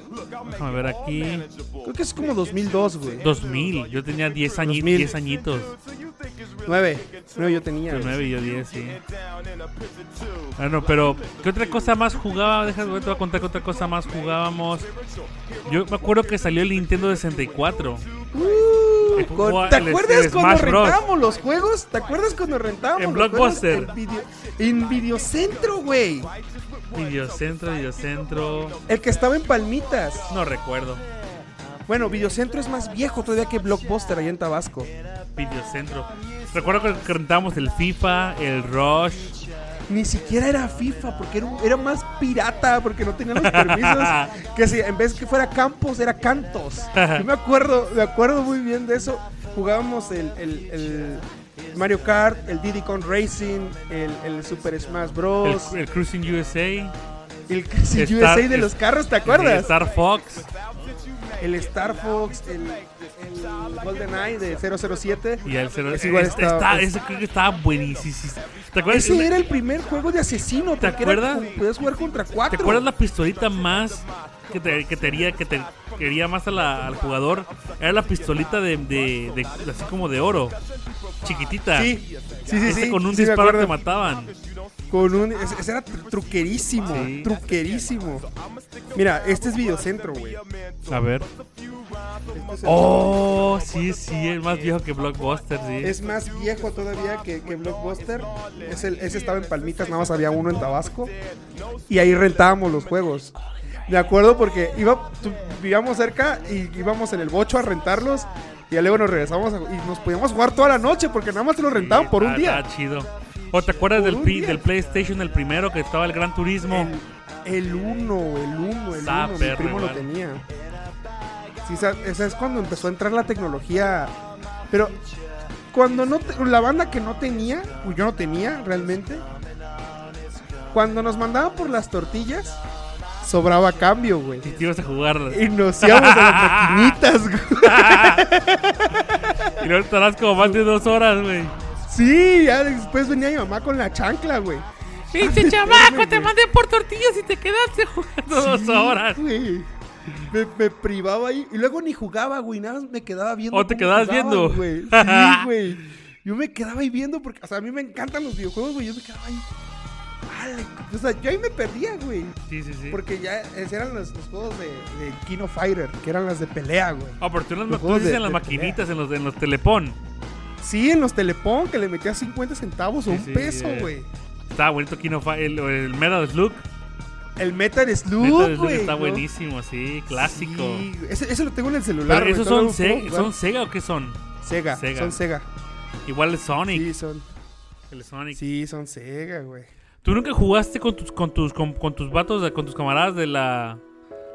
Speaker 4: déjame ver aquí.
Speaker 5: Creo que es como 2002, güey.
Speaker 4: 2000, yo tenía 10, añi-
Speaker 5: 2000.
Speaker 4: 10 añitos.
Speaker 5: 9. 9 yo tenía. güey.
Speaker 4: 9 y yo 10, sí. Bueno, pero ¿qué otra cosa más jugaba? Deja, te voy a contar qué otra cosa más jugábamos. Yo me acuerdo que salió el Nintendo 64.
Speaker 5: Uh,
Speaker 4: El
Speaker 5: con-
Speaker 4: juego-
Speaker 5: ¿Te
Speaker 4: el-
Speaker 5: acuerdas
Speaker 4: el
Speaker 5: cuando
Speaker 4: Smash Bros.
Speaker 5: rentamos los juegos? ¿Te acuerdas cuando rentamos?
Speaker 4: En
Speaker 5: los juegos
Speaker 4: Blockbuster.
Speaker 5: En, video- en Videocentro, güey.
Speaker 4: Videocentro, Videocentro.
Speaker 5: El que estaba en Palmitas.
Speaker 4: No recuerdo.
Speaker 5: Bueno, Videocentro es más viejo todavía que Blockbuster allá en Tabasco.
Speaker 4: Videocentro. Recuerdo que- que rentábamos el FIFA, el Rush.
Speaker 5: Ni siquiera era FIFA, porque era, un- era más pirata, porque no tenían
Speaker 4: (laughs)
Speaker 5: los permisos. que si en vez que fuera Campos, era Cantos. Yo me acuerdo, me acuerdo muy bien de eso. Jugábamos el, el- el Mario Kart, el Diddy Kong Racing, el, el Super Smash
Speaker 4: El,
Speaker 5: Bros.
Speaker 4: el Cruising USA.
Speaker 5: El, Crazy
Speaker 4: Star-
Speaker 5: USA de
Speaker 4: es-
Speaker 5: los carros, ¿te
Speaker 4: El
Speaker 5: acuerdas?
Speaker 4: Star Fox.
Speaker 5: El Star Fox, el, el GoldenEye de 007.
Speaker 4: Y el cero.
Speaker 5: Es igual
Speaker 4: eh,
Speaker 5: estaba-
Speaker 4: está-
Speaker 5: es-
Speaker 4: ese creo que estaba buenísimo. ¿Te acuerdas?
Speaker 5: Ese era el primer juego de asesino.
Speaker 4: ¿Te
Speaker 5: porque era
Speaker 4: acuerdas?
Speaker 5: como- podías jugar contra
Speaker 4: ¿Te
Speaker 5: cuatro.
Speaker 4: acuerdas la pistolita más que te, que te haría- que te quería más a la- al jugador? Era la pistolita de, de- de- así como de oro, chiquitita.
Speaker 5: Sí, sí, sí.
Speaker 4: Ese
Speaker 5: sí,
Speaker 4: con un
Speaker 5: sí me
Speaker 4: disparo te
Speaker 5: acuerdo.
Speaker 4: mataban.
Speaker 5: Con un. Ese, ese era tru- truquerísimo.
Speaker 4: Sí.
Speaker 5: Truquerísimo. Mira, este es videocentro, güey.
Speaker 4: A ver.
Speaker 5: Este es el-
Speaker 4: Oh, sí, sí, es más viejo que Blockbuster, sí.
Speaker 5: Es más viejo todavía que, que Blockbuster. Es el- ese estaba en Palmitas, nada más había uno en Tabasco. Y ahí rentábamos los juegos. Me acuerdo porque iba, tu- vivíamos cerca y íbamos en el bocho a rentarlos. Y ya luego nos regresábamos a- y nos podíamos jugar toda la noche porque nada más te lo rentaban por un
Speaker 4: Ah,
Speaker 5: día.
Speaker 4: Estaba chido. ¿O te acuerdas
Speaker 5: Por
Speaker 4: del,
Speaker 5: un
Speaker 4: pi-
Speaker 5: día.
Speaker 4: del PlayStation, el primero, que estaba el Gran Turismo?
Speaker 5: El 1, el 1, el
Speaker 4: Está
Speaker 5: 1, mi
Speaker 4: perro
Speaker 5: primo lo
Speaker 4: igual.
Speaker 5: tenía. Sí, esa, esa es cuando empezó a entrar la tecnología. Pero cuando no te- la banda que no tenía, o yo no tenía realmente, cuando nos mandaban por las tortillas, sobraba cambio, güey.
Speaker 4: Y te ibas a jugarlo.
Speaker 5: (laughs) Y nos íbamos a las maquinitas, güey.
Speaker 4: (laughs) Y luego estarás como más de dos horas, güey. (laughs)
Speaker 5: Sí, ya después venía mi mamá con la chancla, güey.
Speaker 4: Pinche chamaco, te mandé por tortillas y te quedaste jugando dos horas.
Speaker 5: Güey. Me, me privaba ahí. Y luego ni jugaba, güey. Nada más me quedaba viendo.
Speaker 4: Oh, te
Speaker 5: cómo
Speaker 4: quedabas
Speaker 5: jugaban,
Speaker 4: viendo. (laughs)
Speaker 5: Güey. Sí, güey. Yo me quedaba ahí viendo porque, o sea, a mí me encantan los videojuegos, güey. Yo me quedaba ahí. Vale. O sea, yo ahí me perdía, güey.
Speaker 4: Sí, sí, sí.
Speaker 5: Porque ya esos eran los, los juegos de, de Kino Fighter, que eran las de pelea, güey.
Speaker 4: Ah, pero tú en las,
Speaker 5: Los
Speaker 4: tú
Speaker 5: juegos
Speaker 4: dices
Speaker 5: de-
Speaker 4: en las
Speaker 5: de
Speaker 4: maquinitas, en los, en los telepón.
Speaker 5: Sí, en los Telepón, que le metías 50 centavos o
Speaker 4: Sí,
Speaker 5: un
Speaker 4: sí,
Speaker 5: peso,
Speaker 4: eh.
Speaker 5: güey.
Speaker 4: Estaba bonito Kino Fi- el, el Metal Slug.
Speaker 5: El Metal
Speaker 4: Metal
Speaker 5: Slug,
Speaker 4: Slug
Speaker 5: güey.
Speaker 4: está
Speaker 5: ¿no?
Speaker 4: buenísimo, sí, clásico.
Speaker 5: Sí, güey. ese, ese lo tengo en el celular.
Speaker 4: Pero
Speaker 5: güey,
Speaker 4: esos
Speaker 5: todavía
Speaker 4: son,
Speaker 5: lo puedo
Speaker 4: Se-
Speaker 5: jugar.
Speaker 4: son Sega o qué son?
Speaker 5: Sega,
Speaker 4: Sega.
Speaker 5: Son Sega.
Speaker 4: Igual el Sonic.
Speaker 5: Sí, son.
Speaker 4: El Sonic.
Speaker 5: Sí, son Sega, güey.
Speaker 4: ¿Tú nunca jugaste con tus con tus con, con tus vatos, de- con tus camaradas de la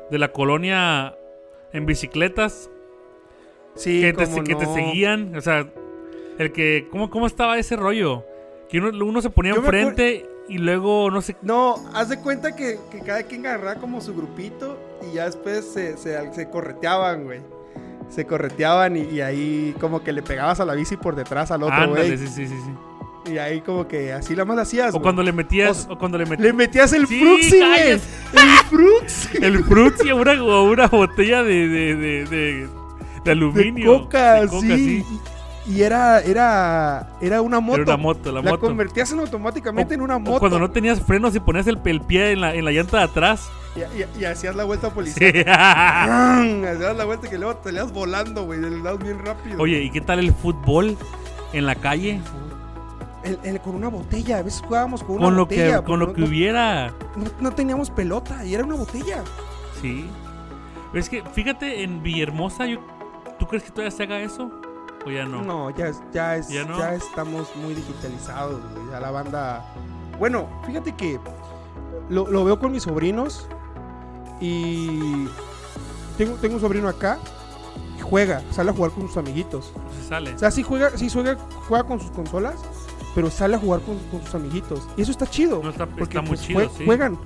Speaker 4: de la colonia en bicicletas
Speaker 5: Sí,
Speaker 4: que, te,
Speaker 5: cómo
Speaker 4: que te
Speaker 5: no.
Speaker 4: seguían? O sea, El que, ¿cómo, cómo estaba ese rollo? Que uno, uno se ponía
Speaker 5: Yo me acuer-
Speaker 4: enfrente y luego no sé.
Speaker 5: No, haz de cuenta que, que cada quien agarraba como su grupito y ya después se, se- se correteaban, güey. Se correteaban y, y ahí como que le pegabas a la bici por detrás al otro,
Speaker 4: Ándale,
Speaker 5: güey.
Speaker 4: sí, sí, sí, sí.
Speaker 5: Y ahí como que así la más la hacías,
Speaker 4: O
Speaker 5: güey.
Speaker 4: cuando le metías,
Speaker 5: O-
Speaker 4: o cuando le metías
Speaker 5: Le metías el
Speaker 4: Sí,
Speaker 5: fruxi, güey.
Speaker 4: cállate.
Speaker 5: El
Speaker 4: (laughs)
Speaker 5: fruxi.
Speaker 4: el frutzi a una, o una botella de, de, de, de, de
Speaker 5: De
Speaker 4: aluminio.
Speaker 5: coca,
Speaker 4: De
Speaker 5: sí. Y y era, era, era una moto.
Speaker 4: Era una moto, la,
Speaker 5: la
Speaker 4: moto.
Speaker 5: convertías en automáticamente en una
Speaker 4: O
Speaker 5: moto.
Speaker 4: cuando no tenías frenos y ponías el, el pie en la, en la llanta de atrás.
Speaker 5: y, y- y hacías la vuelta policial.
Speaker 4: Sí.
Speaker 5: ¡Bran! Hacías la vuelta que luego te leas volando, güey. Le das bien
Speaker 4: (laughs)
Speaker 5: rápido.
Speaker 4: Oye, ¿y qué tal el fútbol en la calle?
Speaker 5: El- el- con una botella. A veces jugábamos con una
Speaker 4: Con lo
Speaker 5: botella.
Speaker 4: que, con lo
Speaker 5: no-
Speaker 4: que
Speaker 5: no-
Speaker 4: hubiera.
Speaker 5: No, no teníamos pelota y era una botella.
Speaker 4: Sí. Pero es que, fíjate, en Villahermosa, yo- ¿tú crees que todavía se haga eso? ¿O ya no?
Speaker 5: No, ya, es- ya, es,
Speaker 4: ¿Ya no?
Speaker 5: ya estamos muy digitalizados, güey. Ya la banda. Bueno, fíjate que lo, lo veo con mis sobrinos y tengo, tengo un sobrino acá y juega, sale a jugar con sus amiguitos.
Speaker 4: No se sale.
Speaker 5: O sea, sí juega, sí juega, juega con sus consolas, pero sale a jugar con, con sus amiguitos. Y eso está chido.
Speaker 4: No, está-
Speaker 5: porque
Speaker 4: está muy
Speaker 5: pues,
Speaker 4: chido,
Speaker 5: jue-
Speaker 4: sí.
Speaker 5: juegan,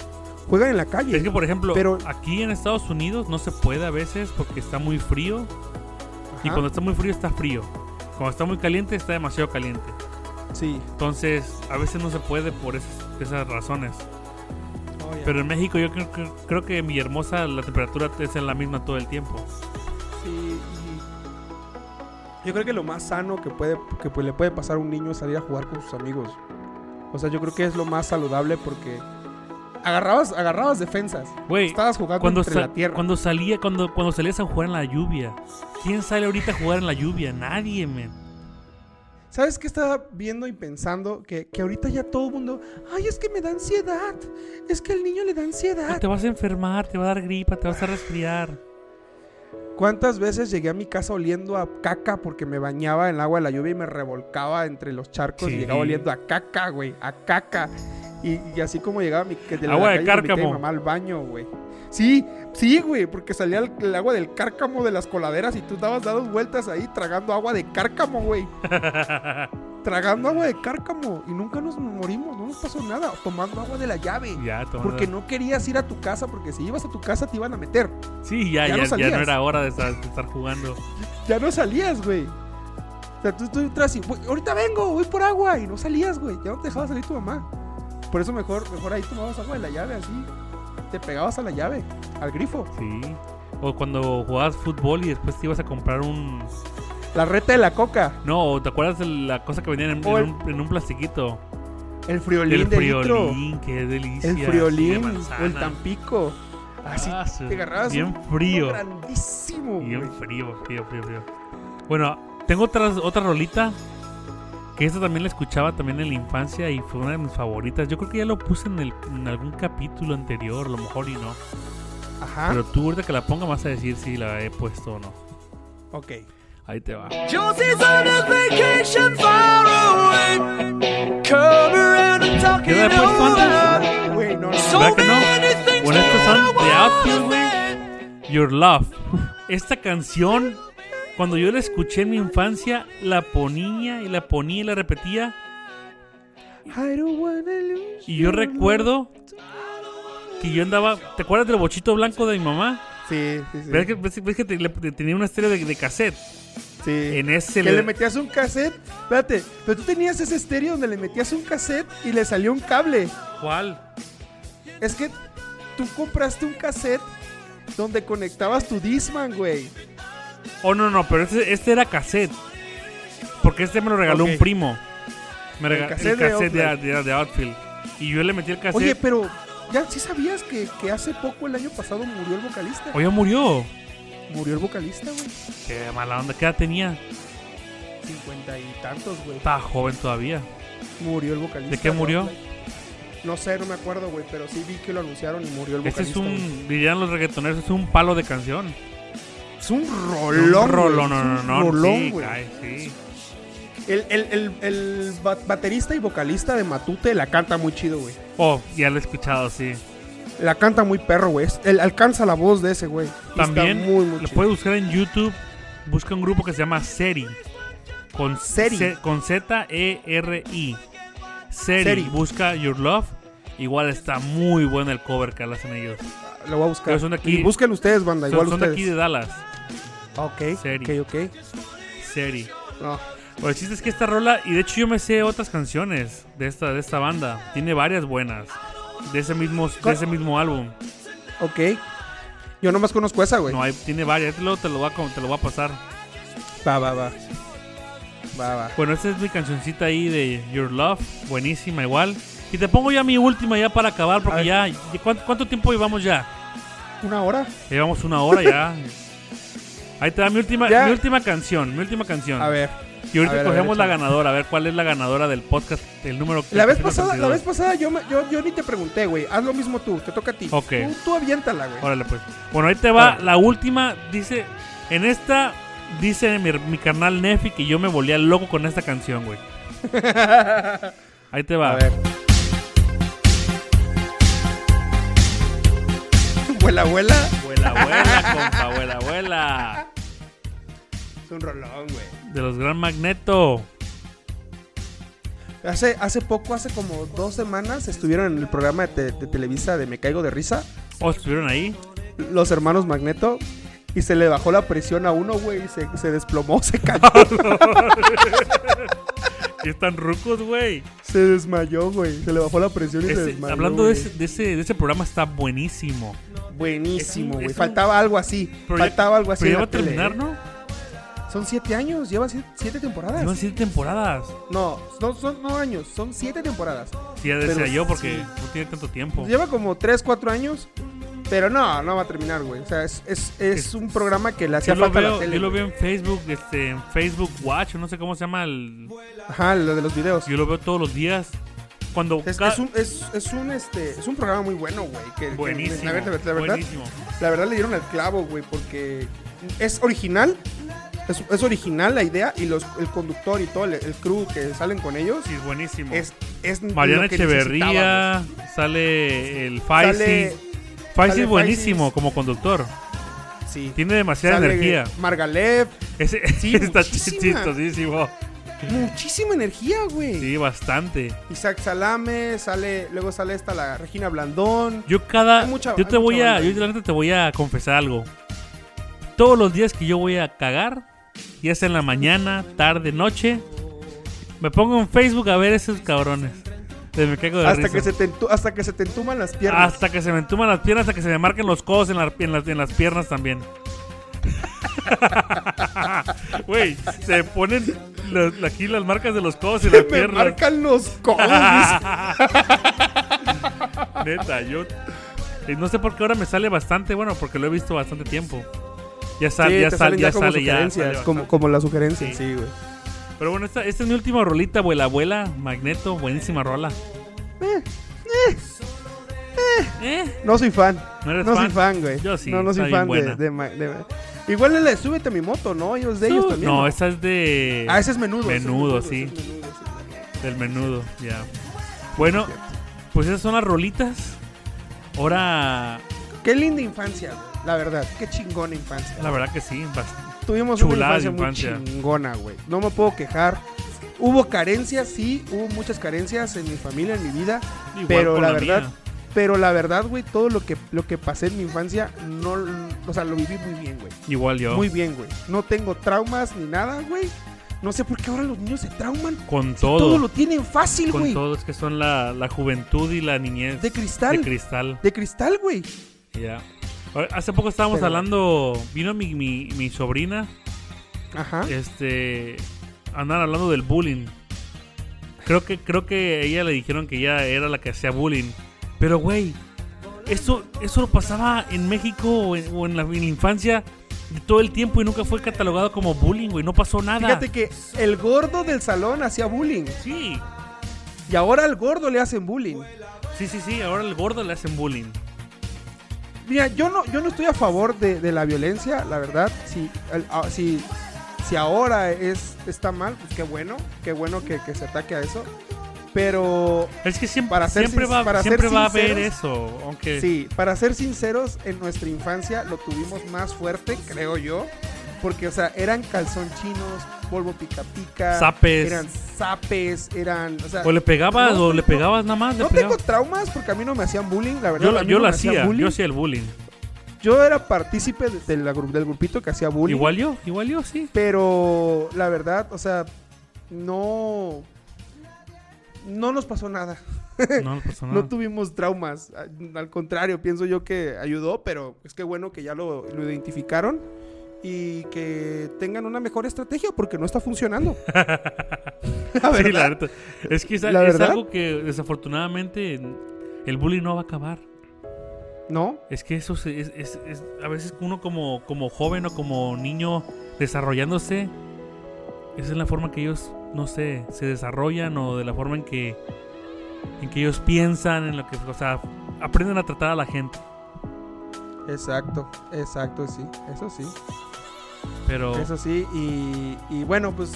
Speaker 5: juegan en la calle.
Speaker 4: Es que, por ejemplo,
Speaker 5: pero-
Speaker 4: aquí en Estados Unidos no se puede a veces porque está muy frío. Y
Speaker 5: Ajá,
Speaker 4: cuando está muy frío, está frío. Cuando está muy caliente, está demasiado caliente.
Speaker 5: Sí.
Speaker 4: Entonces, a veces no se puede por esas, esas razones.
Speaker 5: Oh, ya.
Speaker 4: Pero en México, yo creo, que- creo que en Villahermosa la temperatura es en la misma todo el tiempo.
Speaker 5: Sí, y yo creo que lo más sano que puede que pues, le puede pasar a un niño es salir a jugar con sus amigos. O sea, yo creo que es lo más saludable porque agarrabas agarrabas defensas.
Speaker 4: Güey,
Speaker 5: Estabas jugando
Speaker 4: cuando,
Speaker 5: entre
Speaker 4: sa-
Speaker 5: la tierra.
Speaker 4: cuando salía cuando cuando salías a jugar en la lluvia quién sale ahorita a jugar en la lluvia nadie men
Speaker 5: ¿Sabes qué estaba viendo y pensando? Que, que ahorita ya todo el mundo, ay, es que me da ansiedad. Es que al niño le da
Speaker 4: Güey,
Speaker 5: ansiedad.
Speaker 4: Ah, te vas a enfermar te va a dar gripa te vas a resfriar
Speaker 5: ¿Cuántas veces llegué a mi casa oliendo a caca porque me bañaba en el agua de la lluvia y me revolcaba entre los charcos
Speaker 4: Sí.
Speaker 5: y llegaba oliendo a caca, güey, a caca? Y, y así como llegaba mi que la
Speaker 4: Agua de
Speaker 5: calle me metía
Speaker 4: cárcamo.
Speaker 5: mi mamá al baño, güey. Sí, sí, güey, porque salía el, el agua del cárcamo de las coladeras y tú dabas dadas vueltas ahí tragando agua de cárcamo,
Speaker 4: (laughs)
Speaker 5: güey. tragando agua de cárcamo y nunca nos morimos, no nos pasó nada, tomando agua de la llave.
Speaker 4: ya tomando-
Speaker 5: Porque no querías ir a tu casa, porque si ibas a tu casa te iban a meter.
Speaker 4: sí ya
Speaker 5: ya
Speaker 4: ya,
Speaker 5: no
Speaker 4: ya no,
Speaker 5: salías.
Speaker 4: era hora de estar, de estar jugando
Speaker 5: ya no salías, güey. O sea, tú, tú entras y, "Güey, ahorita vengo, voy por agua. Y no salías, güey. Ya no te dejaba salir tu mamá. Por eso mejor, mejor ahí tomabas agua de la llave, así. Te pegabas a la llave, al grifo.
Speaker 4: sí o cuando jugabas fútbol y después te ibas a comprar un
Speaker 5: La reta de la coca,
Speaker 4: no o te acuerdas de la cosa que vendían en,
Speaker 5: O
Speaker 4: en
Speaker 5: el-
Speaker 4: un, en un plastiquito
Speaker 5: el friolín
Speaker 4: el
Speaker 5: de litro,
Speaker 4: friolín qué delicia
Speaker 5: el
Speaker 4: sí, de
Speaker 5: friolín,
Speaker 4: manzana.
Speaker 5: o el tampico. Así
Speaker 4: Ah, su-
Speaker 5: te agarrabas
Speaker 4: bien
Speaker 5: un-
Speaker 4: frío
Speaker 5: uno grandísimo, güey.
Speaker 4: Bien frío, frío, frío, frío. Bueno, tengo otra, otra rolita. Que esta también la escuchaba también en la infancia y fue una de mis favoritas. Yo creo que ya lo puse en, el- en algún capítulo anterior, a lo mejor y no.
Speaker 5: Ajá.
Speaker 4: Pero tú ahorita que la ponga vas a decir si la he puesto o no.
Speaker 5: Ok.
Speaker 4: Ahí te va. ¿Yo la he puesto antes?
Speaker 5: Güey, no, no, no.
Speaker 4: ¿Verdad que no? Bueno, estos son The Outfield, güey. Your Love. Esta canción, cuando yo la escuché en mi infancia, la ponía y la ponía y la repetía.
Speaker 5: I don't wanna lose
Speaker 4: Y yo
Speaker 5: your love.
Speaker 4: recuerdo que yo andaba. ¿Te acuerdas del bochito blanco de mi mamá?
Speaker 5: Sí, sí, sí.
Speaker 4: ¿Ves que, ves- ves que te- le- te- tenía una estéreo de, de cassette?
Speaker 5: Sí.
Speaker 4: En ese
Speaker 5: que
Speaker 4: le-
Speaker 5: le metías un cassette. Espérate, pero tú tenías ese estéreo donde le metías un cassette y le salió un cable.
Speaker 4: ¿Cuál?
Speaker 5: Es que tú compraste un cassette donde conectabas tu Disman, güey.
Speaker 4: Oh, no, no, pero este, este era cassette. Porque este me lo regaló
Speaker 5: Ok.
Speaker 4: un primo. Me regaló el
Speaker 5: cassette
Speaker 4: cassette,
Speaker 5: de
Speaker 4: de,
Speaker 5: Outfield.
Speaker 4: de- de Outfield. Y yo le metí el cassette.
Speaker 5: Oye, pero ya sí sabías que, que hace poco, el año pasado, murió el vocalista.
Speaker 4: Oye, Oh, murió.
Speaker 5: Murió el vocalista, güey.
Speaker 4: Qué mala onda. ¿Qué edad tenía?
Speaker 5: Cincuenta y tantos, güey.
Speaker 4: Estaba joven todavía.
Speaker 5: Murió el vocalista.
Speaker 4: ¿De qué murió?
Speaker 5: No sé, no me acuerdo, güey, pero sí vi que lo anunciaron y murió el
Speaker 4: Este es
Speaker 5: vocalista. güey.
Speaker 4: un, dirían los reggaetoneros, es un palo de canción.
Speaker 5: Es un
Speaker 4: Un
Speaker 5: rolón. güey,
Speaker 4: rolón, no, no,
Speaker 5: es un
Speaker 4: no,
Speaker 5: rolón,
Speaker 4: sí,
Speaker 5: güey.
Speaker 4: ay, sí.
Speaker 5: El, el, el, el ba- baterista y vocalista de Matute la canta muy chido, güey.
Speaker 4: Oh, ya lo he escuchado, sí.
Speaker 5: La canta muy perro, güey. Es- Él alcanza la voz de ese, güey. Y está
Speaker 4: También
Speaker 5: muy, muy
Speaker 4: lo
Speaker 5: chido.
Speaker 4: puedes buscar en YouTube. Busca un grupo que se llama Seri. Con
Speaker 5: Seri.
Speaker 4: C- con Z-E-R-I. Seri.
Speaker 5: Seri.
Speaker 4: Busca Your Love. Igual está muy bueno el cover que hacen ellos.
Speaker 5: Lo voy a buscar.
Speaker 4: Pero son de aquí.
Speaker 5: Y búsquenlo ustedes, banda.
Speaker 4: Son,
Speaker 5: Igual
Speaker 4: son de
Speaker 5: ustedes.
Speaker 4: aquí de Dallas.
Speaker 5: Ah, ok,
Speaker 4: Serie.
Speaker 5: ok, ok.
Speaker 4: Seri.
Speaker 5: No.
Speaker 4: Pero el chiste es que esta rola, y de hecho yo me sé otras canciones de esta, de esta banda. Tiene varias buenas. De ese mismo, de
Speaker 5: ¿Cuál?
Speaker 4: ese mismo álbum.
Speaker 5: Ok. Yo nomás conozco esa, güey.
Speaker 4: No, hay, tiene varias. Luego te lo, voy a, com- te lo voy a pasar.
Speaker 5: Va, va, va. Va, va.
Speaker 4: Bueno, esta es mi cancioncita ahí de Your Love. Buenísima, igual. Y te pongo ya mi última ya para acabar, porque
Speaker 5: ver.
Speaker 4: ya. ya- ¿cuánto, cuánto tiempo llevamos ya?
Speaker 5: ¿Una hora?
Speaker 4: Ya Llevamos una hora ya. Ahí te da mi última,
Speaker 5: Ya.
Speaker 4: mi última canción, mi última canción.
Speaker 5: A ver.
Speaker 4: y ahorita
Speaker 5: a ver, a ver,
Speaker 4: cogemos la
Speaker 5: échale.
Speaker 4: ganadora, a ver cuál es la ganadora del podcast, Este el número
Speaker 5: La vez
Speaker 4: 332.
Speaker 5: pasada, la vez pasada yo, me- yo, yo ni te pregunté, güey. Haz lo mismo tú, te toca a ti.
Speaker 4: Ok.
Speaker 5: Tú, tú aviéntala, güey.
Speaker 4: Órale, pues. Bueno, ahí te va
Speaker 5: Órale.
Speaker 4: la última. Dice, en esta, dice mi, mi carnal Nefi que yo me volía loco con esta canción,
Speaker 5: (laughs)
Speaker 4: güey. Ahí te va.
Speaker 5: A ver. (laughs) Vuela, vuela.
Speaker 4: Abuela, abuela, compa, abuela, abuela.
Speaker 5: Es un rolón, güey.
Speaker 4: De los Gran Magneto.
Speaker 5: Hace, hace poco, hace como dos semanas, estuvieron en el programa de, te- de Televisa de Me Caigo de Risa,
Speaker 4: Oh, estuvieron ahí.
Speaker 5: los hermanos Magneto, y se le bajó la presión a uno, güey, y se, se desplomó, (laughs) se cayó,
Speaker 4: Que están rucos, güey.
Speaker 5: se desmayó, güey. Se le bajó la presión y se
Speaker 4: Ese-
Speaker 5: desmayó.
Speaker 4: hablando de
Speaker 5: güey.
Speaker 4: ese, de, ese, de ese programa, está buenísimo. es
Speaker 5: Buenísimo,
Speaker 4: un-
Speaker 5: güey.
Speaker 4: es un-
Speaker 5: Faltaba algo así.
Speaker 4: Pero ya-
Speaker 5: faltaba algo así.
Speaker 4: Pero ya
Speaker 5: en la
Speaker 4: va a
Speaker 5: tele,
Speaker 4: terminar,
Speaker 5: ¿eh?
Speaker 4: ¿no?
Speaker 5: Son siete años, lleva siete, siete temporadas.
Speaker 4: Llevan siete temporadas.
Speaker 5: No, no, son no años, son siete temporadas.
Speaker 4: Sí, ya
Speaker 5: Pero
Speaker 4: decía yo porque
Speaker 5: sí.
Speaker 4: no tiene tanto tiempo.
Speaker 5: Lleva como tres, cuatro años. Pero no, no va a terminar, güey. O sea, es, es, es
Speaker 4: Es-
Speaker 5: un programa que le hacía
Speaker 4: Yo lo,
Speaker 5: falta a
Speaker 4: veo,
Speaker 5: la tele.
Speaker 4: yo lo
Speaker 5: güey.
Speaker 4: veo en Facebook, este, en Facebook Watch, no sé cómo se llama. el-
Speaker 5: Ajá, lo de los videos.
Speaker 4: yo lo veo todos los días. Cuando
Speaker 5: Es,
Speaker 4: ca-
Speaker 5: es un, es, es un, este, es un programa muy bueno, güey. que- que-
Speaker 4: buenísimo,
Speaker 5: la, verdad, la, verdad,
Speaker 4: buenísimo.
Speaker 5: la verdad le dieron el clavo, güey, porque es original. Es, es original la idea y los, el conductor y todo el, el crew que salen con ellos
Speaker 4: Sí, buenísimo.
Speaker 5: es, es
Speaker 4: Mariana
Speaker 5: lo que necesitaba,
Speaker 4: Echeverría, sale el Faisy.
Speaker 5: Sale-
Speaker 4: Faisy
Speaker 5: sale
Speaker 4: es buenísimo
Speaker 5: Faisy.
Speaker 4: como conductor.
Speaker 5: güey. Sí.
Speaker 4: Tiene demasiada
Speaker 5: Sale
Speaker 4: energía.
Speaker 5: Margalef.
Speaker 4: (laughs) Ese
Speaker 5: Sí,
Speaker 4: está
Speaker 5: muchísima.
Speaker 4: chistosísimo.
Speaker 5: Muchísima energía, güey.
Speaker 4: Sí, bastante.
Speaker 5: Isaac Salame, sale, luego sale esta la Regina Blandón.
Speaker 4: Yo cada.
Speaker 5: Hay mucha-
Speaker 4: yo
Speaker 5: hay
Speaker 4: te
Speaker 5: mucha
Speaker 4: voy a.
Speaker 5: banda
Speaker 4: Yo
Speaker 5: ahí.
Speaker 4: la neta te voy a confesar algo. Todos los días que yo voy a cagar, ya sea en la mañana, tarde, noche, me pongo en Facebook a ver esos cabrones. Se me caigo de
Speaker 5: Hasta
Speaker 4: risa.
Speaker 5: que, se te entu- hasta que se te entuman las piernas. (laughs)
Speaker 4: hasta que se me entuman las piernas, hasta que se me marquen los codos en, la- en las, en las piernas también. (laughs) Güey, se ponen los- aquí las marcas de los codos y las
Speaker 5: (laughs) Me
Speaker 4: piernas.
Speaker 5: marcan los
Speaker 4: (laughs)
Speaker 5: codos. dice.
Speaker 4: Neta, yo. eh, No sé por qué ahora me sale bastante, bueno, porque lo he visto bastante tiempo. Ya sale,
Speaker 5: Sí,
Speaker 4: ya
Speaker 5: te
Speaker 4: sale,
Speaker 5: salen
Speaker 4: ya
Speaker 5: como
Speaker 4: sale, ya
Speaker 5: sugerencias,
Speaker 4: sale
Speaker 5: como, como las sugerencias,
Speaker 4: Sí.
Speaker 5: sí, güey.
Speaker 4: bastante. Pero bueno, esta, esta es mi última rolita, abuela, abuela, Magneto, buenísima rola.
Speaker 5: eh,
Speaker 4: ¿Eh?
Speaker 5: No soy fan.
Speaker 4: ¿No eres
Speaker 5: No
Speaker 4: fan?
Speaker 5: soy fan, güey.
Speaker 4: Yo sí,
Speaker 5: No, no
Speaker 4: está
Speaker 5: soy
Speaker 4: bien
Speaker 5: fan
Speaker 4: buena.
Speaker 5: de, de ma- de- Igual es la de Súbete a mi moto, ¿no? Ellos de ellos
Speaker 4: Tú-
Speaker 5: también.
Speaker 4: no, esa es de.
Speaker 5: Ah, ese es menudo. ese es
Speaker 4: Menudo, sí.
Speaker 5: ese es menudo, sí.
Speaker 4: Del menudo, ya. Bueno, pues esas son las rolitas. Ahora,
Speaker 5: Qué linda infancia, güey, la verdad. Qué chingona infancia.
Speaker 4: la verdad que sí, bast-
Speaker 5: Tuvimos
Speaker 4: Chulada
Speaker 5: una
Speaker 4: de
Speaker 5: infancia, muy
Speaker 4: infancia.
Speaker 5: chingona, güey. No me puedo quejar. Hubo carencias, sí, hubo muchas carencias en mi familia, en mi vida,
Speaker 4: igual
Speaker 5: pero
Speaker 4: con
Speaker 5: la, verdad,
Speaker 4: mía.
Speaker 5: pero la verdad, güey, todo lo que lo que pasé en mi infancia no o sea, lo viví muy bien, güey.
Speaker 4: Igual yo.
Speaker 5: Muy bien, güey. No tengo traumas ni nada, güey. No sé por qué ahora los niños se trauman.
Speaker 4: con
Speaker 5: Todo,
Speaker 4: todo.
Speaker 5: lo tienen fácil,
Speaker 4: con
Speaker 5: güey.
Speaker 4: todos que son la, la juventud y la niñez.
Speaker 5: De cristal.
Speaker 4: De cristal,
Speaker 5: De cristal, güey.
Speaker 4: ya. Ahora, Hace poco estábamos
Speaker 5: Pero-
Speaker 4: hablando, vino mi, mi, mi sobrina,
Speaker 5: Ajá.
Speaker 4: este, andaban hablando del bullying. Creo que, creo que ella le dijeron que ella era la que hacía bullying. Pero, güey, eso, eso lo pasaba en México o en, o en la, en la infancia de todo el tiempo y nunca fue catalogado como bullying, güey. No pasó nada.
Speaker 5: Fíjate que el gordo del salón hacía bullying
Speaker 4: Sí,
Speaker 5: y ahora al gordo le hacen bullying.
Speaker 4: sí, sí, sí. Ahora el gordo le hacen bullying.
Speaker 5: Mira, yo no, yo no estoy a favor de, de la violencia, la verdad. Si, al- a- si, si ahora es, está mal, pues qué bueno, qué bueno que, que se ataque a eso. Pero
Speaker 4: Es que siempre,
Speaker 5: Para ser
Speaker 4: siempre,
Speaker 5: sin-
Speaker 4: va,
Speaker 5: para ser
Speaker 4: siempre va a haber
Speaker 5: sinceros,
Speaker 4: eso. Aunque
Speaker 5: sí, para ser sinceros, en nuestra infancia lo tuvimos más fuerte, creo yo, Porque, o sea, eran calzón chinos, polvo pica pica.
Speaker 4: Zapes.
Speaker 5: Eran zapes, eran. O, sea,
Speaker 4: O le pegabas
Speaker 5: no,
Speaker 4: o le
Speaker 5: no,
Speaker 4: pegabas nada más. le
Speaker 5: No tengo
Speaker 4: pegabas.
Speaker 5: traumas porque a mí no me hacían bullying, la verdad.
Speaker 4: Yo,
Speaker 5: a
Speaker 4: la-
Speaker 5: mí
Speaker 4: yo
Speaker 5: no
Speaker 4: lo
Speaker 5: me hacían
Speaker 4: hacía,
Speaker 5: bullying.
Speaker 4: yo hacía el bullying.
Speaker 5: Yo era partícipe de la gru- del grupito que hacía bullying.
Speaker 4: Igual yo, igual yo,
Speaker 5: (laughs)
Speaker 4: sí.
Speaker 5: Pero la verdad, o sea, no. No nos pasó nada.
Speaker 4: No, no pasó nada.
Speaker 5: No tuvimos traumas. A- Al contrario, pienso yo que ayudó, pero es que bueno que ya lo, lo identificaron y que tengan una mejor estrategia porque no está (laughs) funcionando. la
Speaker 4: (laughs) Sí,
Speaker 5: verdad.
Speaker 4: la verdad. Es que es,
Speaker 5: La
Speaker 4: es
Speaker 5: verdad.
Speaker 4: algo que desafortunadamente el bullying no va a acabar.
Speaker 5: No,
Speaker 4: Es que eso se- es, es- es- a veces uno como, como joven o como niño desarrollándose, esa es la forma que ellos, no sé, se desarrollan o de la forma en que, en que ellos piensan, en lo que, o sea, aprenden a tratar a la gente.
Speaker 5: exacto, exacto, sí, eso sí.
Speaker 4: Pero
Speaker 5: Eso sí, y, y bueno, pues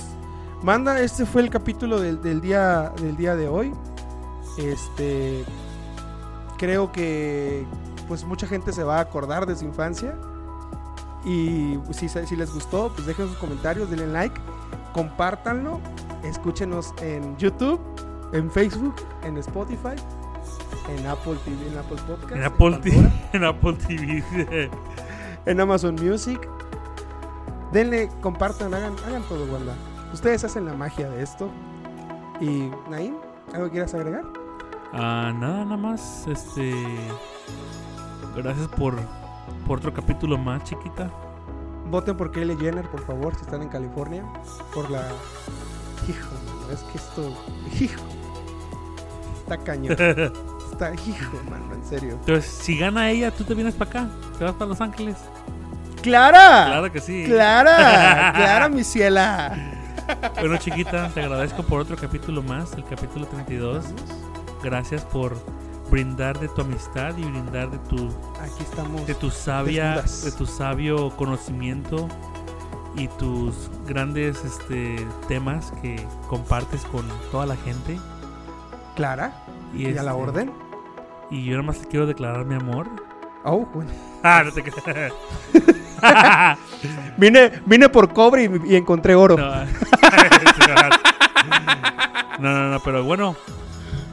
Speaker 5: manda, este fue el capítulo del, del día, del día de hoy. Este, creo que pues mucha gente se va a acordar de su infancia. Y pues, si, se- si les gustó, pues dejen sus comentarios, denle like, compártanlo, escúchenos en YouTube, en Facebook, en Spotify, en Apple TV, en Apple Podcast,
Speaker 4: en Apple,
Speaker 5: en
Speaker 4: TV,
Speaker 5: Pandora
Speaker 4: (laughs) en Apple TV,
Speaker 5: en Amazon Music. Denle, compartan, hagan, hagan todo, banda. Ustedes hacen la magia de esto. Y, Naim, ¿algo quieras agregar?
Speaker 4: Ah, nada, nada más. Este. Gracias por, por otro capítulo más, chiquita.
Speaker 5: Voten por Kylie Jenner, por favor, si están en California. Por la. Hijo, mano, es que esto. Hijo. Está
Speaker 4: (laughs)
Speaker 5: cañón.
Speaker 4: Entonces,
Speaker 5: Está, hijo, mano, en serio.
Speaker 4: si gana ella, tú te vienes para acá. Te vas para Los Ángeles.
Speaker 5: ¡Clara!
Speaker 4: Claro que sí. (laughs)
Speaker 5: ¡Clara! ¡Clara, mi ciela!
Speaker 4: Bueno, chiquita, te agradezco por otro capítulo más, el capítulo 32. Gracias por brindar de tu amistad y brindar de tu
Speaker 5: Aquí estamos.
Speaker 4: de tu sabia,
Speaker 5: Desnudas.
Speaker 4: de tu sabio conocimiento y tus grandes este, temas que compartes con toda la gente.
Speaker 5: Clara.
Speaker 4: Y,
Speaker 5: Y, a la
Speaker 4: este,
Speaker 5: orden.
Speaker 4: Y yo nada más te quiero declarar mi
Speaker 5: (laughs)
Speaker 4: amor.
Speaker 5: Oh, bueno.
Speaker 4: Ah, no te
Speaker 5: (laughs)
Speaker 4: creas.
Speaker 5: Vine, vine por cobre y, y encontré oro.
Speaker 4: No. (laughs) no, no, no, pero bueno.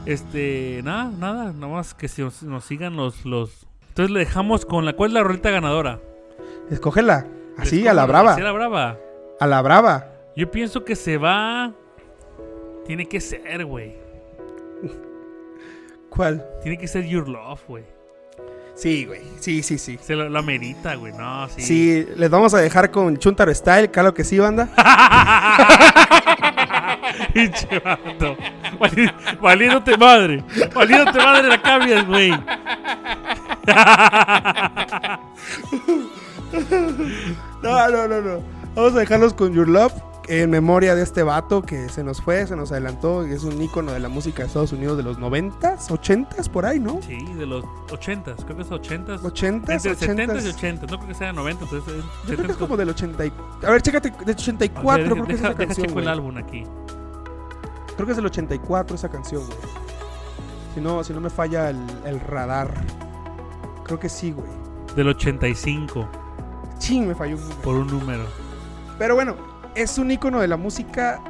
Speaker 4: Este, nada, nada, nada más que si nos, nos sigan los, los. Entonces le dejamos con la. ¿Cuál es la rolita ganadora?
Speaker 5: Escógela. Así,
Speaker 4: Les-
Speaker 5: Ah, a la brava.
Speaker 4: Así a la brava.
Speaker 5: A la brava.
Speaker 4: Yo pienso que se va. Tiene que ser, güey.
Speaker 5: ¿Cuál?
Speaker 4: Tiene que ser Your Love, güey.
Speaker 5: Sí, güey. Sí, sí, sí.
Speaker 4: Se lo, la merita, güey. No, sí.
Speaker 5: Sí, les vamos a dejar con Chuntaro Style, claro que sí,
Speaker 4: (laughs)
Speaker 5: banda.
Speaker 4: Pinche vato. Vali- Valiéndote madre. Valiéndote madre la cambias, güey. (laughs)
Speaker 5: No, no, no, no. Vamos a dejarlos con Your Love en memoria de este vato que se nos fue, se nos adelantó, y es un ícono de la música de Estados Unidos de los 90s, 80s, por ahí, ¿no?
Speaker 4: Sí, de los 80s, creo que es 80s.
Speaker 5: 80s,
Speaker 4: Entre 70 y
Speaker 5: 80s.
Speaker 4: 80, no creo que sea 90, entonces es
Speaker 5: Yo creo que
Speaker 4: 70s
Speaker 5: es como del 80 y... A ver, chécate, del 84
Speaker 4: A ver,
Speaker 5: creo que es
Speaker 4: deja,
Speaker 5: esa
Speaker 4: deja
Speaker 5: canción,
Speaker 4: checo el
Speaker 5: güey.
Speaker 4: álbum aquí.
Speaker 5: Creo que es del 84 esa canción, güey. Si no, si no me falla el, el radar. Creo que sí, güey.
Speaker 4: Del 85,
Speaker 5: Ching, me falló un número.
Speaker 4: por un número.
Speaker 5: Pero bueno, es un icono de la música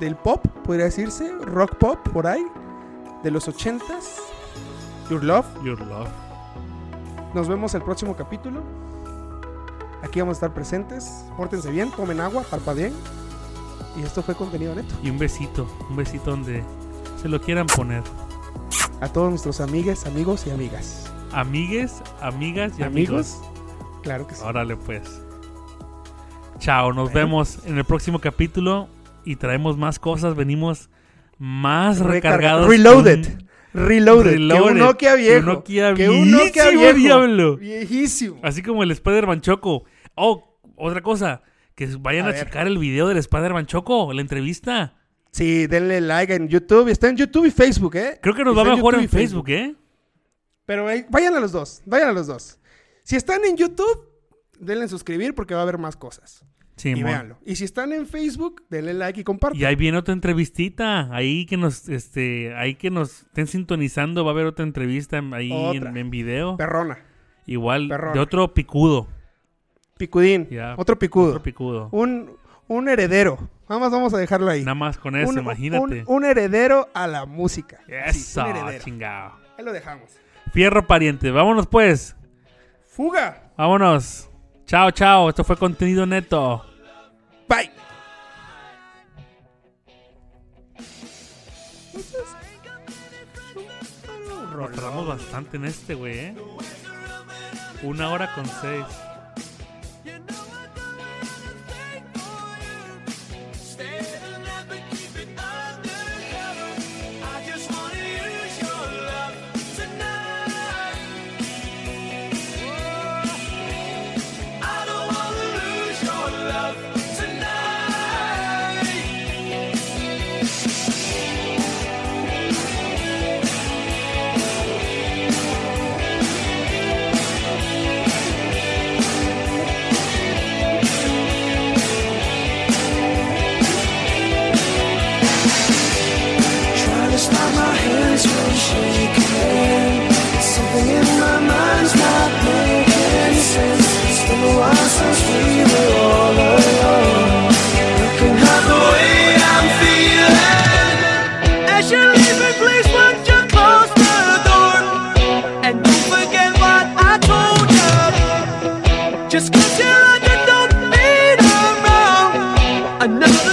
Speaker 5: del pop, podría decirse. Rock pop, por ahí. De los 80s. Your Love.
Speaker 4: Your Love.
Speaker 5: Nos vemos el próximo capítulo. Aquí vamos a estar presentes. Pórtense bien, tomen agua, parpadeen. Y esto fue contenido neto.
Speaker 4: Y un besito, un besito donde se lo quieran poner.
Speaker 5: A todos nuestros amigues, amigos y amigas.
Speaker 4: Amigues, amigas y amigos.
Speaker 5: Claro que sí.
Speaker 4: Órale pues. Chao, nos vemos en el próximo capítulo y traemos más cosas, venimos más
Speaker 5: Recarga-
Speaker 4: recargados.
Speaker 5: Reloaded.
Speaker 4: con-
Speaker 5: Reloaded. Que
Speaker 4: Reloaded.
Speaker 5: un Nokia viejo.
Speaker 4: Que un Nokia
Speaker 5: Que un Nokia
Speaker 4: viejísimo,
Speaker 5: viejo.
Speaker 4: diablo.
Speaker 5: Viejísimo.
Speaker 4: Así como el Spider-Man Choco. Oh, otra cosa. Que vayan
Speaker 5: A
Speaker 4: a,
Speaker 5: ver.
Speaker 4: checar el video del Spider-Man Choco, la entrevista.
Speaker 5: Sí, denle like en YouTube. Está en YouTube y Facebook, ¿eh?
Speaker 4: Creo que nos va
Speaker 5: Está en
Speaker 4: mejor en
Speaker 5: YouTube y
Speaker 4: Facebook, ¿eh?
Speaker 5: Pero eh, vayan a los dos. Vayan a los dos. Si están en YouTube, denle en suscribir porque va a haber más cosas.
Speaker 4: Sí,
Speaker 5: y
Speaker 4: mon.
Speaker 5: véanlo. Y si están en Facebook, denle like y compartan.
Speaker 4: Y ahí viene otra entrevistita. Ahí que nos, este, ahí que nos estén sintonizando, va a haber otra entrevista en- ahí en,
Speaker 5: Otra.
Speaker 4: en video.
Speaker 5: Perrona.
Speaker 4: Igual,
Speaker 5: perrona.
Speaker 4: de otro picudo.
Speaker 5: Picudín.
Speaker 4: Ya.
Speaker 5: Otro picudo.
Speaker 4: Otro picudo.
Speaker 5: Un, un heredero. Nada más vamos a dejarlo ahí.
Speaker 4: Nada más con eso,
Speaker 5: un,
Speaker 4: imagínate.
Speaker 5: Un, un heredero a la música. Sí,
Speaker 4: Eso,
Speaker 5: un heredero.
Speaker 4: chingado.
Speaker 5: Ahí lo dejamos.
Speaker 4: Fierro pariente. Vámonos pues.
Speaker 5: ¡Fuga!
Speaker 4: Vámonos. Chao, chao. Esto fue contenido neto.
Speaker 5: ¡Bye!
Speaker 4: Nos tardamos bastante en este, güey, ¿eh? Una hora con seis.
Speaker 7: Oh, Trying to stop my hands from shaking. Something in my mind's not making sense. It's been a while since we were all alone. Looking at the way I'm feeling. As you're leaving, please would you close the door? And don't forget what I told you. Just cause you're under, don't mean I'm wrong. Another